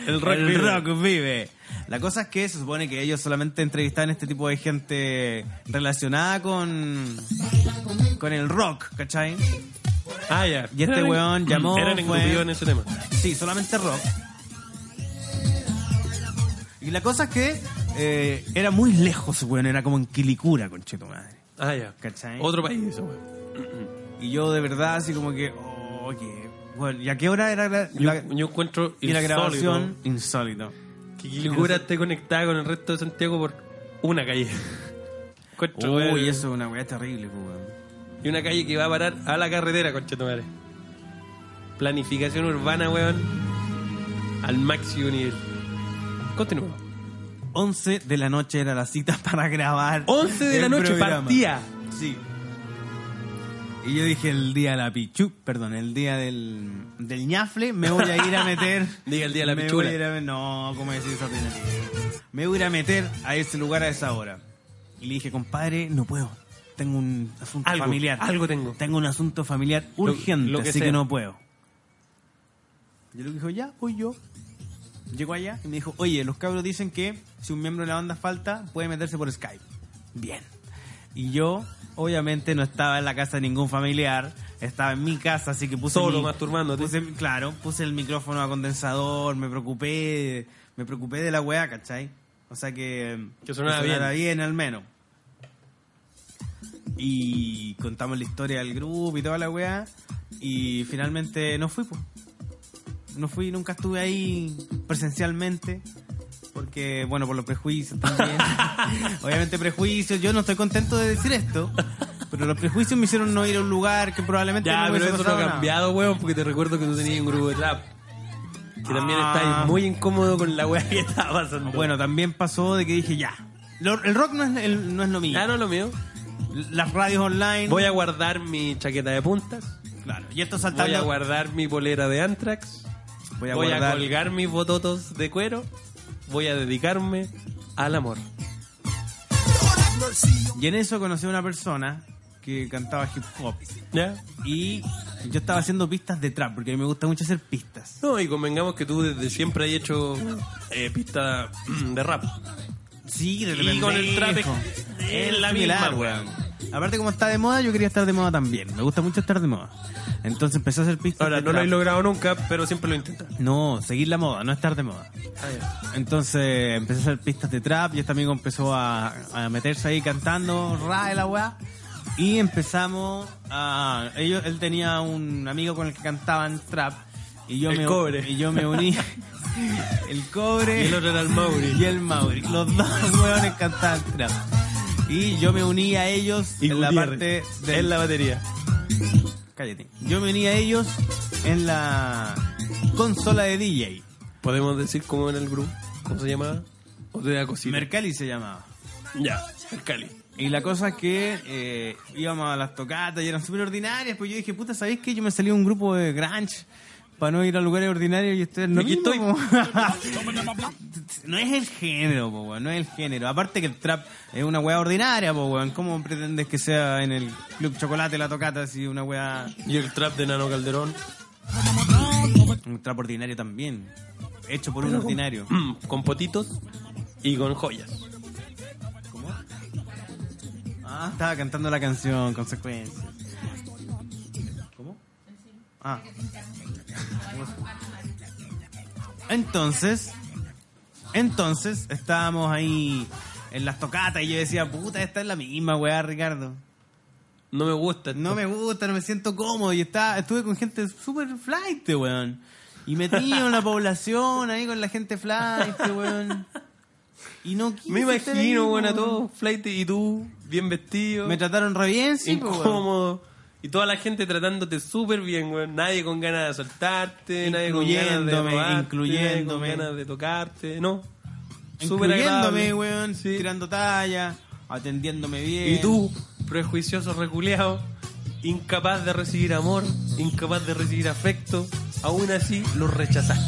S1: El rock vive.
S2: rock vive. La cosa es que se supone que ellos solamente entrevistaban este tipo de gente relacionada con, con el rock, ¿cachai?
S1: Ah, ya.
S2: Y este
S1: Eran-
S2: weón llamó,
S1: Eran
S2: fue-
S1: engrupidos en ese tema.
S2: Sí, solamente rock. Y la cosa es que eh, era muy lejos, weón, era como en Quilicura, concheto madre.
S1: Ah, ya.
S2: ¿Cachai?
S1: Otro país, ese weón.
S2: Y yo de verdad así como que, oye, bueno, ¿y a qué hora era la,
S1: Yo,
S2: la-
S1: yo encuentro.
S2: y la
S1: insólito
S2: grabación? Insólito.
S1: Que Quilicura esté conectada con el resto de Santiago por una calle. Encuentro,
S2: Uy,
S1: weón.
S2: eso es una weá terrible, pues, weón.
S1: Y una calle que va a parar a la carretera, conchetumare. Planificación urbana, weón. Al máximo nivel. Continúa.
S2: 11 de la noche era la cita para grabar.
S1: 11 de la
S2: el
S1: noche
S2: programa.
S1: partía.
S2: Sí. Y yo dije el día de la pichu, perdón, el día del, del ñafle, me voy a ir a meter.
S1: Diga el día de la
S2: me
S1: pichula.
S2: voy a ir a- no, ¿cómo decir esa pena? Me voy a ir a meter a ese lugar a esa hora. Y le dije, compadre, no puedo. Tengo un asunto
S1: Algo,
S2: familiar.
S1: algo tengo.
S2: Tengo un asunto familiar urgente,
S1: lo que
S2: así
S1: sea.
S2: que no puedo. Y él dijo, ya, voy yo. Llegó allá y me dijo, oye, los cabros dicen que si un miembro de la banda falta, puede meterse por Skype. Bien. Y yo, obviamente, no estaba en la casa de ningún familiar, estaba en mi casa, así que puse...
S1: Solo,
S2: mi-
S1: masturbándote.
S2: puse- claro, puse el micrófono a condensador, me preocupé, me preocupé de la weá, ¿cachai? O sea que...
S1: Que sonara
S2: bien. al menos. Y contamos la historia del grupo y toda la weá. Y finalmente no fui, pues. No fui, nunca estuve ahí presencialmente. porque, bueno, por los prejuicios también. Obviamente prejuicios, yo no estoy contento de decir esto, pero los prejuicios me hicieron no ir a un lugar que probablemente
S1: Ya,
S2: no
S1: pero
S2: hubiese
S1: eso no
S2: pasado
S1: ha
S2: nada.
S1: cambiado, weón, porque te recuerdo que tú tenías un grupo de trap. Que también
S2: Ah.
S1: estáis muy incómodo con la weá que estaba pasando.
S2: Bueno, también pasó de que dije, ya, lo- el rock no es, el- no es lo mío.
S1: ya Ah, no es lo mío.
S2: Las radios online...
S1: Voy a guardar mi chaqueta de puntas.
S2: Claro, y esto
S1: Voy a
S2: saltando...
S1: guardar mi polera de Antrax.
S2: Voy
S1: Voy
S2: a
S1: a,
S2: guardar-
S1: colgar mis bototos de cuero. Voy a dedicarme al amor.
S2: Y en eso conocí a una persona que cantaba hip hop.
S1: ¿Ya?
S2: Y yo estaba haciendo pistas de trap, porque a mí me gusta mucho hacer pistas.
S1: No, y convengamos que tú desde siempre has hecho eh, pista mm, de rap.
S2: Sí, de
S1: Y con el trap es- es la misma, weón.
S2: Aparte, como está de moda, yo quería estar de moda también. Me gusta mucho estar de moda. Entonces empecé a hacer pistas
S1: Ahora,
S2: de
S1: no lo
S2: trap.
S1: he logrado nunca, pero siempre lo intentas.
S2: No, seguir la moda, no estar de moda. Entonces empecé a hacer pistas de trap y este amigo empezó a, a meterse ahí cantando, ra de la weá. Y empezamos a. Ellos, él tenía un amigo con el que cantaban trap. Y yo
S1: El
S2: me,
S1: cobre.
S2: Y yo me uní. el cobre.
S1: Y el otro era el Mauri.
S2: Y el Mauri. Los dos weones cantaban trap. Y yo me uní a ellos
S1: Y
S2: en la parte
S1: Gutiérrez,
S2: de
S1: en la batería.
S2: Cállate. Yo me uní a ellos en la consola de DJ.
S1: ¿Podemos decir cómo era el grupo? ¿Cómo se llamaba? ¿O te da cosita?
S2: Mercalli se llamaba.
S1: ya, Mercalli.
S2: Y la cosa es que eh, íbamos a las tocatas y eran súper ordinarias. Pues yo dije, puta, ¿sabéis qué? Yo me salí de un grupo de grunge para no ir a lugares ordinarios y ustedes no
S1: Aquí
S2: mismo,
S1: estoy.
S2: po. no es el género, po, weón, no es el género. Aparte que el trap es una weá ordinaria, po, weón. ¿Cómo pretendes que sea en el Club Chocolate la tocata si una weá...
S1: Y el trap de Nano Calderón.
S2: Un trap ordinario también. Hecho por un ordinario.
S1: Mm, con potitos y con joyas.
S2: Ah, estaba cantando la canción, consecuencias. ¿Cómo? Ah. Entonces, entonces estábamos ahí en las tocatas y yo decía, puta, esta es la misma, weá, Ricardo.
S1: No me gusta.
S2: No me gusta, no me siento cómodo. Y estaba, estuve con gente súper flight, weón. Y metido en la población, ahí con la gente flight, weón. Y no quise
S1: Me
S2: estar ahí,
S1: imagino, bueno, a
S2: weón.
S1: todos, flight y tú, bien vestido,
S2: Me trataron re bien, sí, po, weón.
S1: incómodo. Y toda la gente tratándote súper bien, weón. Nadie con ganas de asaltarte, nadie con ganas de
S2: Incluyéndome,
S1: robarte,
S2: incluyéndome.
S1: nadie con ganas de tocarte, no. Súper
S2: incluyéndome,
S1: agradable.
S2: weón,
S1: Sí.
S2: tirando talla, atendiéndome bien.
S1: Y tú, prejuicioso reculeado, incapaz de recibir amor, incapaz de recibir afecto, aún así lo rechazaste.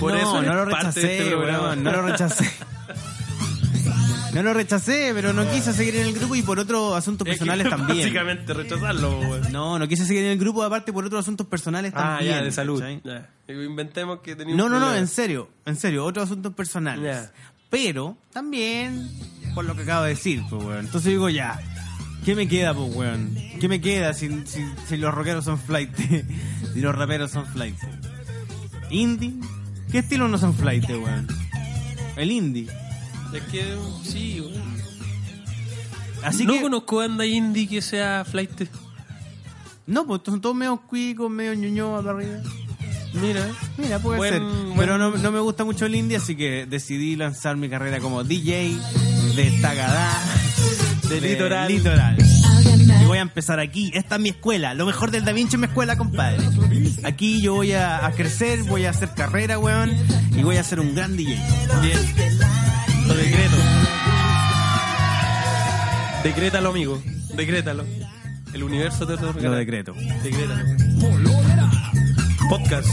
S1: Por
S2: no,
S1: eso
S2: no lo
S1: eres parte de
S2: rechacé,
S1: este programa.
S2: weón, no lo rechacé. No lo rechacé, pero no quise seguir en el grupo y por otros asuntos
S1: Es que
S2: personales también.
S1: Básicamente rechazarlo, weón.
S2: No, no quise seguir en el grupo, aparte por otros asuntos personales
S1: Ah,
S2: también.
S1: ya, de salud.
S2: ¿cachai?
S1: Ya. Inventemos que teníamos.
S2: No, no, no, en serio, en serio, otros asuntos personales.
S1: Ya.
S2: Pero también por lo que acabo de decir, pues, weón. Entonces digo, ya, ¿qué me queda, pues, weón? ¿Qué me queda si, si, si los rockeros son flight? si los raperos son flight. ¿Indie? ¿Qué estilo no son flight, weón? El indie.
S1: Es que sí, weón.
S2: Así
S1: no
S2: que.
S1: conozco banda indie que sea flight.
S2: No, pues son todos medio cuicos, medio ñoño para arriba.
S1: Mira,
S2: Mira, puede
S1: Buen-
S2: ser.
S1: buen-
S2: Pero no, no me gusta mucho el indie, así que decidí lanzar mi carrera como DJ de Tagadá,
S1: De Litoral.
S2: Litoral. Y voy a empezar aquí. Esta es mi escuela. Lo mejor del Da Vinci es mi escuela, compadre. Aquí yo voy a, a crecer, voy a hacer carrera, weón. Y voy a ser un gran DJ.
S1: Bien. Lo decreto. Decrétalo, amigo. Decrétalo. El universo te lo
S2: Lo decreto.
S1: Decrétalo. Podcast.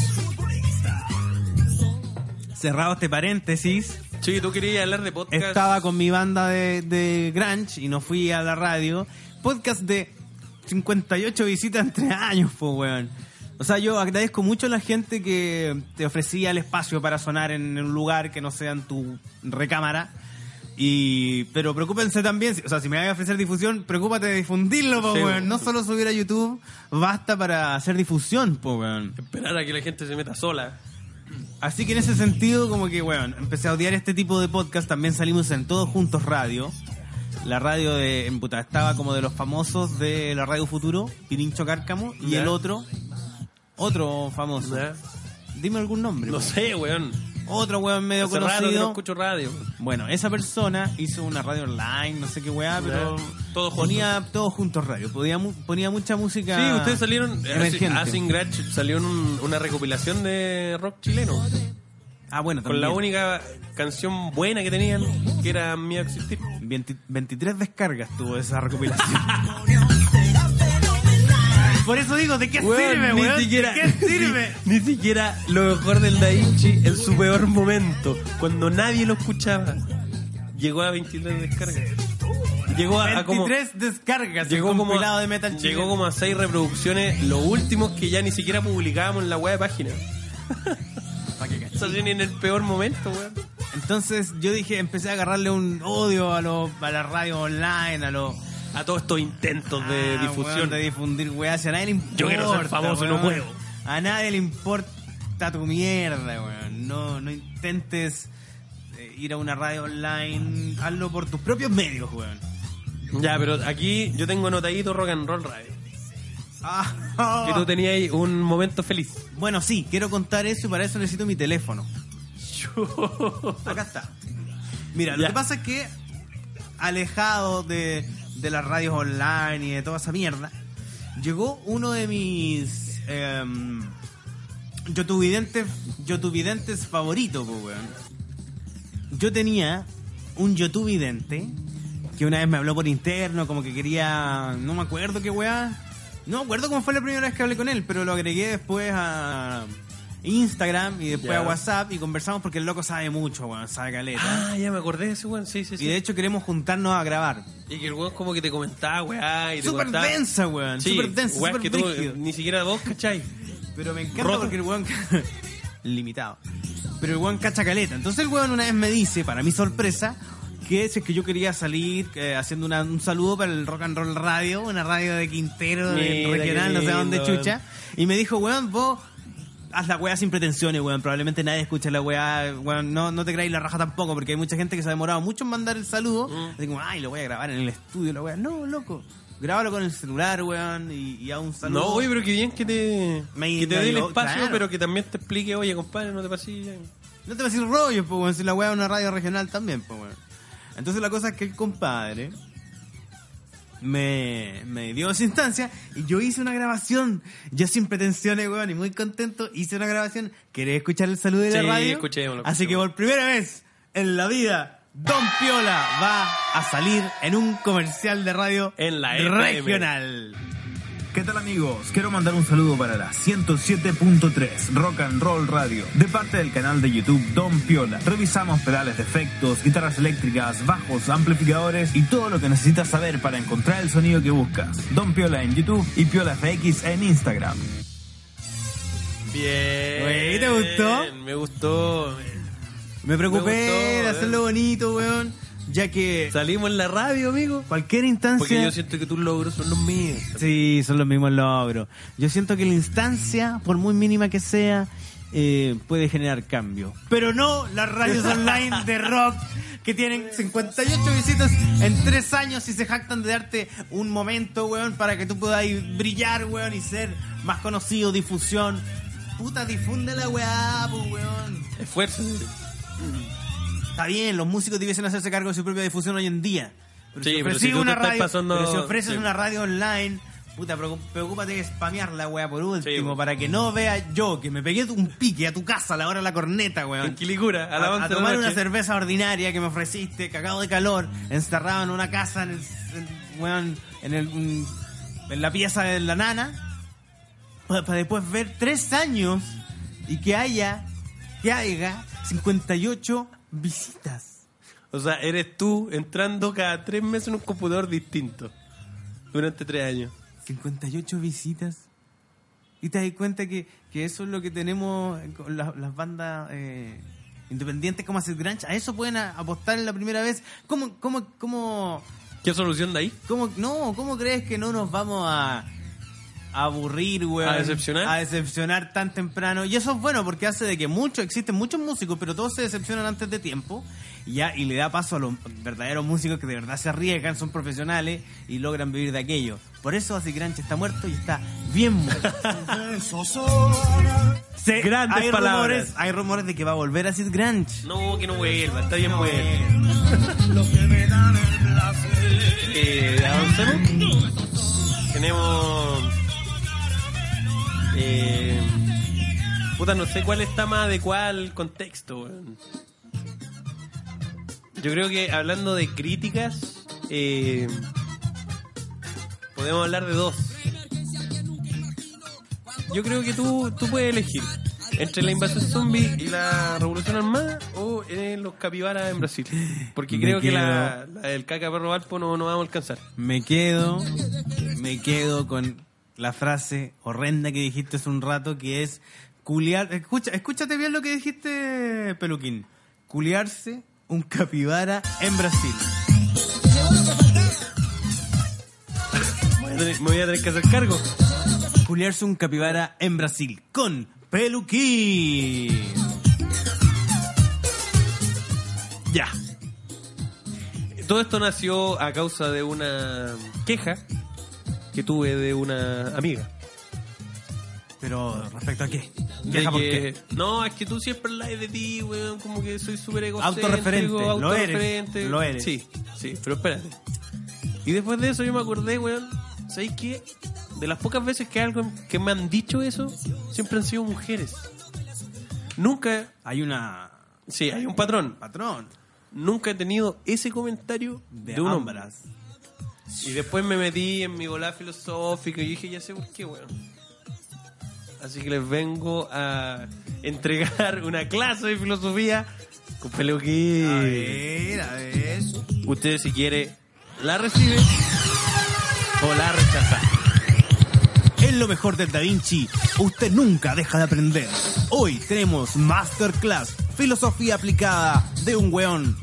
S2: Cerrado este paréntesis.
S1: Sí, tú querías hablar de podcast.
S2: Estaba con mi banda de, de grunge y no fui a la radio. Podcast de 58 visitas en tres años, po, weón. O sea, yo agradezco mucho a la gente que te ofrecía el espacio para sonar en un lugar que no sea en tu recámara. Y, pero preocúpense también, si- o sea, si me van a ofrecer difusión, preocúpate de difundirlo, po,
S1: Sí,
S2: weón.
S1: po.
S2: No solo subir a YouTube, basta para hacer difusión, po, weón.
S1: Esperar a que la gente se meta sola.
S2: Así que en ese sentido, como que, bueno, empecé a odiar este tipo de podcast. También salimos en Todos Juntos Radio. La radio de, en puta, estaba como de los famosos de la Radio Futuro, Pirincho Cárcamo, y
S1: Ya.
S2: el otro, Otro famoso.
S1: Ya.
S2: Dime algún nombre.
S1: No
S2: po.
S1: sé, weón.
S2: Otro weón medio
S1: Hace
S2: conocido.
S1: rato que no escucho radio.
S2: Bueno, esa persona hizo una radio online, no sé qué weá, pero
S1: Todos
S2: ponía todos juntos radio. Podía mu- ponía mucha música.
S1: Sí, ustedes salieron.
S2: Emergente.
S1: Asing Gratch salió en un- una recopilación de rock chileno.
S2: Ah, bueno,
S1: Con la
S2: también.
S1: única canción buena que tenían, que era Mía Existir.
S2: 20 23 descargas tuvo esa recopilación. Por eso digo, ¿de qué sirve,
S1: ni
S2: weón?
S1: siquiera,
S2: ¿De qué sirve?
S1: Ni, ni siquiera lo mejor del Da Vinci en su peor momento, cuando nadie lo escuchaba. Llegó a 23 descargas. Llegó a, a Ah, como.
S2: 23 descargas.
S1: Llegó
S2: el
S1: como,
S2: compilado
S1: a,
S2: de metal chileno.
S1: llegó como a 6 reproducciones, los últimos que ya ni siquiera publicábamos en la web de página.
S2: Pa' que cache.
S1: Salieron en el peor momento, weón.
S2: Entonces yo dije, empecé a agarrarle un odio a, lo, a la radio online, a los
S1: A todos estos intentos de
S2: Ah,
S1: difusión.
S2: weón, de difundir weá. Si a nadie le importa.
S1: Yo quiero ser famoso,
S2: weón.
S1: no puedo.
S2: A nadie le importa tu mierda, weón. No, no intentes eh, ir a una radio online. Hazlo por tus propios medios, weón.
S1: Ya, pero aquí yo tengo anotadito rock and roll radio.
S2: Ah,
S1: Que tú tenías ahí un momento feliz.
S2: Bueno, sí, quiero contar eso y para eso necesito mi teléfono. Acá está. Mira, lo
S1: Ya.
S2: que pasa es que alejado de, de las radios online y de toda esa mierda, llegó uno de mis em, yotuvidentes, yotuvidentes favoritos, po, weón. Yo tenía un yotuvidente que una vez me habló por interno, como que quería, no me acuerdo qué weá. No me acuerdo cómo fue la primera vez que hablé con él, pero lo agregué después a Instagram y después
S1: Ya.
S2: a WhatsApp y conversamos porque el loco sabe mucho, weón, sabe caleta.
S1: Ah, ya me acordé de ese weón, sí, sí, sí.
S2: Y de hecho queremos juntarnos a grabar.
S1: Y que el weón como que te comentaba, weá, y te
S2: Súper
S1: contaba.
S2: densa, weón.
S1: Sí,
S2: Súper densa,
S1: weá,
S2: súper
S1: que tú,
S2: brígido.
S1: eh, ni siquiera vos, ¿cachai?
S2: Pero me encanta
S1: roto.
S2: porque el weón... Limitado. Pero el weón cacha caleta. Entonces el weón una vez me dice, para mi sorpresa, que si es que yo quería salir eh, haciendo una- un saludo para el Rock and Roll Radio, una radio de Quintero, de
S1: Mira,
S2: regional, no sé
S1: qué
S2: dónde
S1: lindo,
S2: chucha. Y me dijo, weón, vos... Haz la weá sin pretensiones, weón. Probablemente nadie escucha la weá. Weón, no, no te creáis la raja tampoco, porque hay mucha gente que se ha demorado mucho en mandar el saludo.
S1: Mm.
S2: Así como, ay, lo voy a grabar en el estudio, la weá. No, loco. Grábalo con el celular, weón, y, y haz un saludo.
S1: No, oye, pero qué bien que te,
S2: Me-
S1: que te dé el
S2: me-
S1: espacio,
S2: claro.
S1: pero que también te explique, oye, compadre, no te pases. ya.
S2: No te vas a decir rollo, pues, weón. Si la weá es una radio regional también, pues, weón. Entonces la cosa es que el compadre me, me dio esa instancia y yo hice una grabación. Yo sin pretensiones, weón, y muy contento, hice una grabación. ¿Querés escuchar el saludo de
S1: Sí,
S2: la radio?
S1: escuchémoslo,
S2: Así que por primera vez en la vida, Don Piola va a salir en un comercial de radio
S1: En la FM.
S2: regional.
S5: ¿Qué tal amigos? Quiero mandar un saludo para la 107.3 Rock and Roll Radio de parte del canal de YouTube Don Piola. Revisamos pedales de efectos, guitarras eléctricas, bajos, amplificadores y todo lo que necesitas saber para encontrar el sonido que buscas. Don Piola en YouTube y Piola FX en Instagram.
S1: Bien.
S2: Güey, ¿te gustó?
S1: Me gustó.
S2: Me preocupé
S1: gustó,
S2: de
S1: weón.
S2: hacerlo bonito, weón, ya que
S1: Salimos en la radio, amigo.
S2: cualquier instancia...
S1: Porque yo siento que tus logros son los míos.
S2: Sí, son los mismos logros. Yo siento que la instancia, por muy mínima que sea, eh, puede generar cambio. Pero no las radios online de rock que tienen 58 visitas en 3 años y se jactan de darte un momento, weón, para que tú puedas ir brillar, weón, y ser más conocido, difusión. Puta, difunde la weá, pues, weón.
S1: Esfuerzo.
S2: Está bien, los músicos debiesen hacerse cargo de su propia difusión hoy en día. Pero
S1: Sí,
S2: si
S1: pero
S2: ofreces
S1: si tú te
S2: una
S1: estás
S2: radio,
S1: pasando-
S2: pero si ofreces
S1: sí.
S2: una radio online, puta, preocu- preocúpate de spamear la weá por último,
S1: weón.
S2: para que no vea yo que me pegué un pique a tu casa a la hora de la corneta, weón.
S1: En Quilicura, a la
S2: A,
S1: once
S2: a
S1: de la
S2: tomar una
S1: noche.
S2: cerveza ordinaria que me ofreciste, cagado de calor, encerrado en una casa, en, el, en- weón, en, el- un- en la pieza de la nana, para, después ver tres años y que haya, que haya 58 visitas.
S1: O sea, eres tú entrando cada tres meses en un computador distinto. Durante tres años.
S2: 58 visitas. Y te das cuenta que, que eso es lo que tenemos con la- las bandas eh, independientes como Acid Grunge. A eso pueden a- apostar en la primera vez. ¿Cómo, cómo, cómo
S1: ¿Qué solución de ahí?
S2: ¿Cómo, no, ¿cómo crees que no nos vamos a, a aburrir, weón?
S1: ¿A decepcionar?
S2: A decepcionar tan temprano. Y eso es bueno porque hace de que muchos, existen muchos músicos, pero todos se decepcionan antes de tiempo. Y, ya, y le da paso a los verdaderos músicos que de verdad se arriesgan, son profesionales y logran vivir de aquello. Por eso Así Granch está muerto y está bien muerto. Se-
S1: Grandes
S2: hay
S1: palabras.
S2: Rumores, hay rumores de que va a volver Acid Granch.
S1: No, que no vuelva, está bien muerto. Eh, avancemos. Tenemos. Eh, puta, no sé cuál está más adecuado al contexto. weón. Yo creo que hablando de críticas, eh, podemos hablar de dos. Yo creo que tú, tú puedes elegir entre la invasión zombie y la revolución armada o en los capibaras en Brasil. Porque
S2: Me
S1: creo que la, la del caca perro balpo no, no vamos a alcanzar.
S2: Me quedo, me quedo con la frase horrenda que dijiste hace un rato que es culiar. Escucha, escúchate bien lo que dijiste, Peluquín. Culiarse un capibara en Brasil.
S1: Me voy a tener- me voy a tener que hacer cargo.
S2: Culiarse un capibara en Brasil con Peluquín.
S1: Ya. Todo esto nació a causa de una queja que tuve de una amiga.
S2: Pero respecto a qué?
S1: De
S2: Queja por qué.
S1: que, No, es que tú siempre hablas de ti, weón, como que soy súper egocéntrico.
S2: Autorreferente, lo eres,
S1: autorreferente.
S2: lo eres.
S1: Sí, sí, pero espérate. Y después de eso yo me acordé, weón, ¿sabéis qué? De las pocas veces que algo que me han dicho eso, siempre han sido mujeres. Nunca,
S2: Hay una
S1: sí, hay un patrón.
S2: patrón
S1: Nunca he tenido ese comentario de,
S2: de,
S1: un hombre.
S2: hambras.
S1: Y después me metí en mi bola filosófica y dije, ya sé por qué, weón. Así que les vengo a entregar una clase de filosofía con
S2: A
S1: peluquín.
S2: ver, a ver.
S1: Ustedes si quiere la reciben o la rechazan.
S2: Es lo mejor del Da Vinci. Usted nunca deja de aprender. Hoy tenemos Masterclass, filosofía aplicada de un weón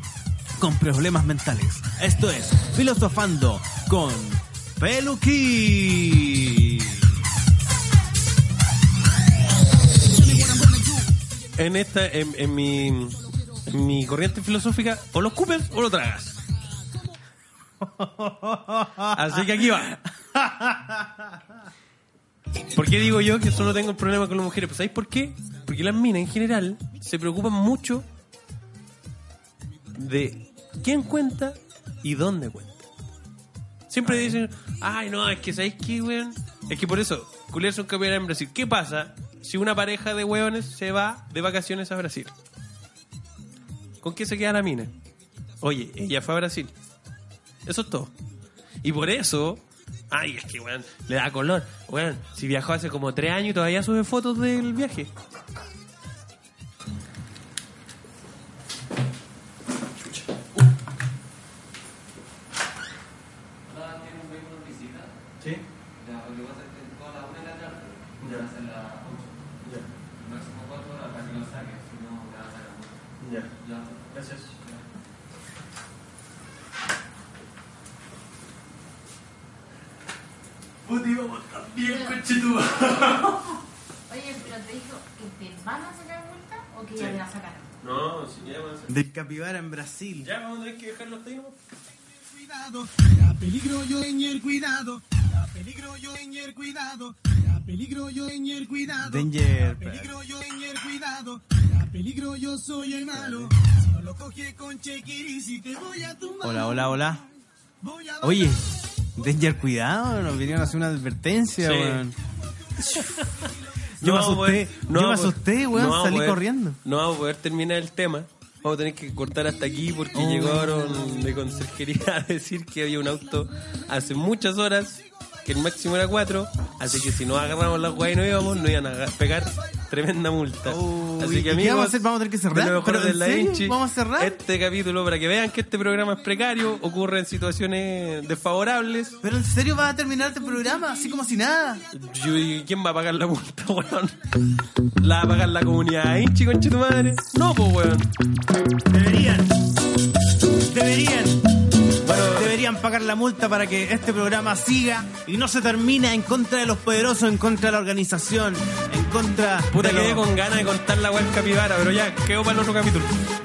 S2: con problemas mentales. Esto es Filosofando con Peluquín.
S1: En esta, en, en mi, en mi corriente filosófica, o lo escupes o lo tragas. Así que aquí va. ¿Por qué digo yo que solo tengo el problema con las mujeres? Pues ¿sabéis por qué? Porque las minas en general se preocupan mucho de quién cuenta y dónde cuenta. Siempre dicen, ay no, es que ¿sabéis qué, weón? Es que por eso, culiarse un campeón en Brasil. ¿Qué pasa si una pareja de weones se va de vacaciones a Brasil? ¿Con qué se queda la mina? Oye, ella fue a Brasil. Eso es todo. Y por eso, ay, es que, weón, le da color. Weón, si viajó hace como tres años y todavía sube fotos del viaje.
S6: Oye, pero te dijo que te van a sacar vuelta o que ya te la sacaron.
S1: No, si ya vamos a
S2: Del capibara en Brasil.
S1: Ya vamos a tener que dejar los temas.
S7: Cuidado, da peligro yo en cuidado, da peligro yo en cuidado, da peligro yo en cuidado, da
S2: Danger,
S7: peligro yo en cuidado, da peligro yo soy el malo, si no lo coge con chequiris y te voy a tumbar.
S2: Hola, hola, hola.
S7: Voy a
S2: Oye, Danger, cuidado, nos vinieron a hacer una advertencia,
S1: Sí.
S2: weón. Yo me
S1: vamos a poder-
S2: asusté, yo me
S1: vamos a poder-
S2: asusté, weón,
S1: vamos a
S2: salí
S1: poder-
S2: corriendo.
S1: No vamos a poder terminar el tema. Vamos a tener que cortar hasta aquí porque
S2: Oh.
S1: llegaron de conserjería a decir que había un auto hace muchas horas, que el máximo era 4, así que si no agarramos las guay y no íbamos, nos iban a aga- pegar tremenda multa.
S2: Oh, ¿y
S1: así
S2: qué
S1: que amigos,
S2: vamos a hacer? ¿Vamos a tener que cerrar?
S1: de lo mejor
S2: ¿Pero
S1: de
S2: en
S1: Da
S2: serio?
S1: Vinci,
S2: ¿Vamos a cerrar?
S1: Este capítulo, para que vean que este programa es precario, ocurre en situaciones desfavorables.
S2: ¿Pero en serio vas a terminar este programa así como si nada?
S1: Yo, ¿y ¿Quién va a pagar la multa, weón? ¿La va a pagar la comunidad hinchi, conche tu madre? No, pues, weón.
S2: Deberían. Deberían.
S1: Bueno,
S2: Deberían pagar la multa para que este programa siga y no se termina en contra de los poderosos, en contra de la organización, en contra
S1: puta,
S2: de los-
S1: quedé con ganas de contar la weón capibara, pero ya, quedó para el otro capítulo.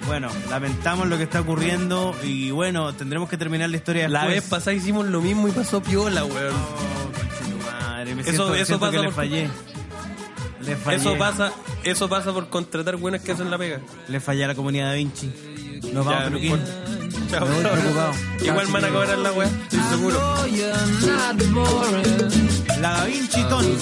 S2: Bueno, lamentamos lo que está ocurriendo y bueno, tendremos que terminar la historia
S1: La
S2: después.
S1: vez pasada hicimos lo mismo y pasó piola, weón.
S2: Oh, compadre. Me
S8: Eso-
S2: siento,
S8: eso
S2: siento
S8: pasa
S2: que le
S8: por-
S2: fallé. Le fallé.
S8: Eso pasa, eso pasa por contratar buenas que hacen la pega.
S2: Le fallé a la comunidad da Vinci. Nos
S8: Ya,
S2: vamos,
S8: no
S2: Truquín.
S8: importa. Chao.
S2: Me voy preocupado.
S8: Igual
S2: Chao,
S8: van a
S2: chiquillos.
S8: cobrar la weá, estoy seguro.
S2: La Da Vinci Tony.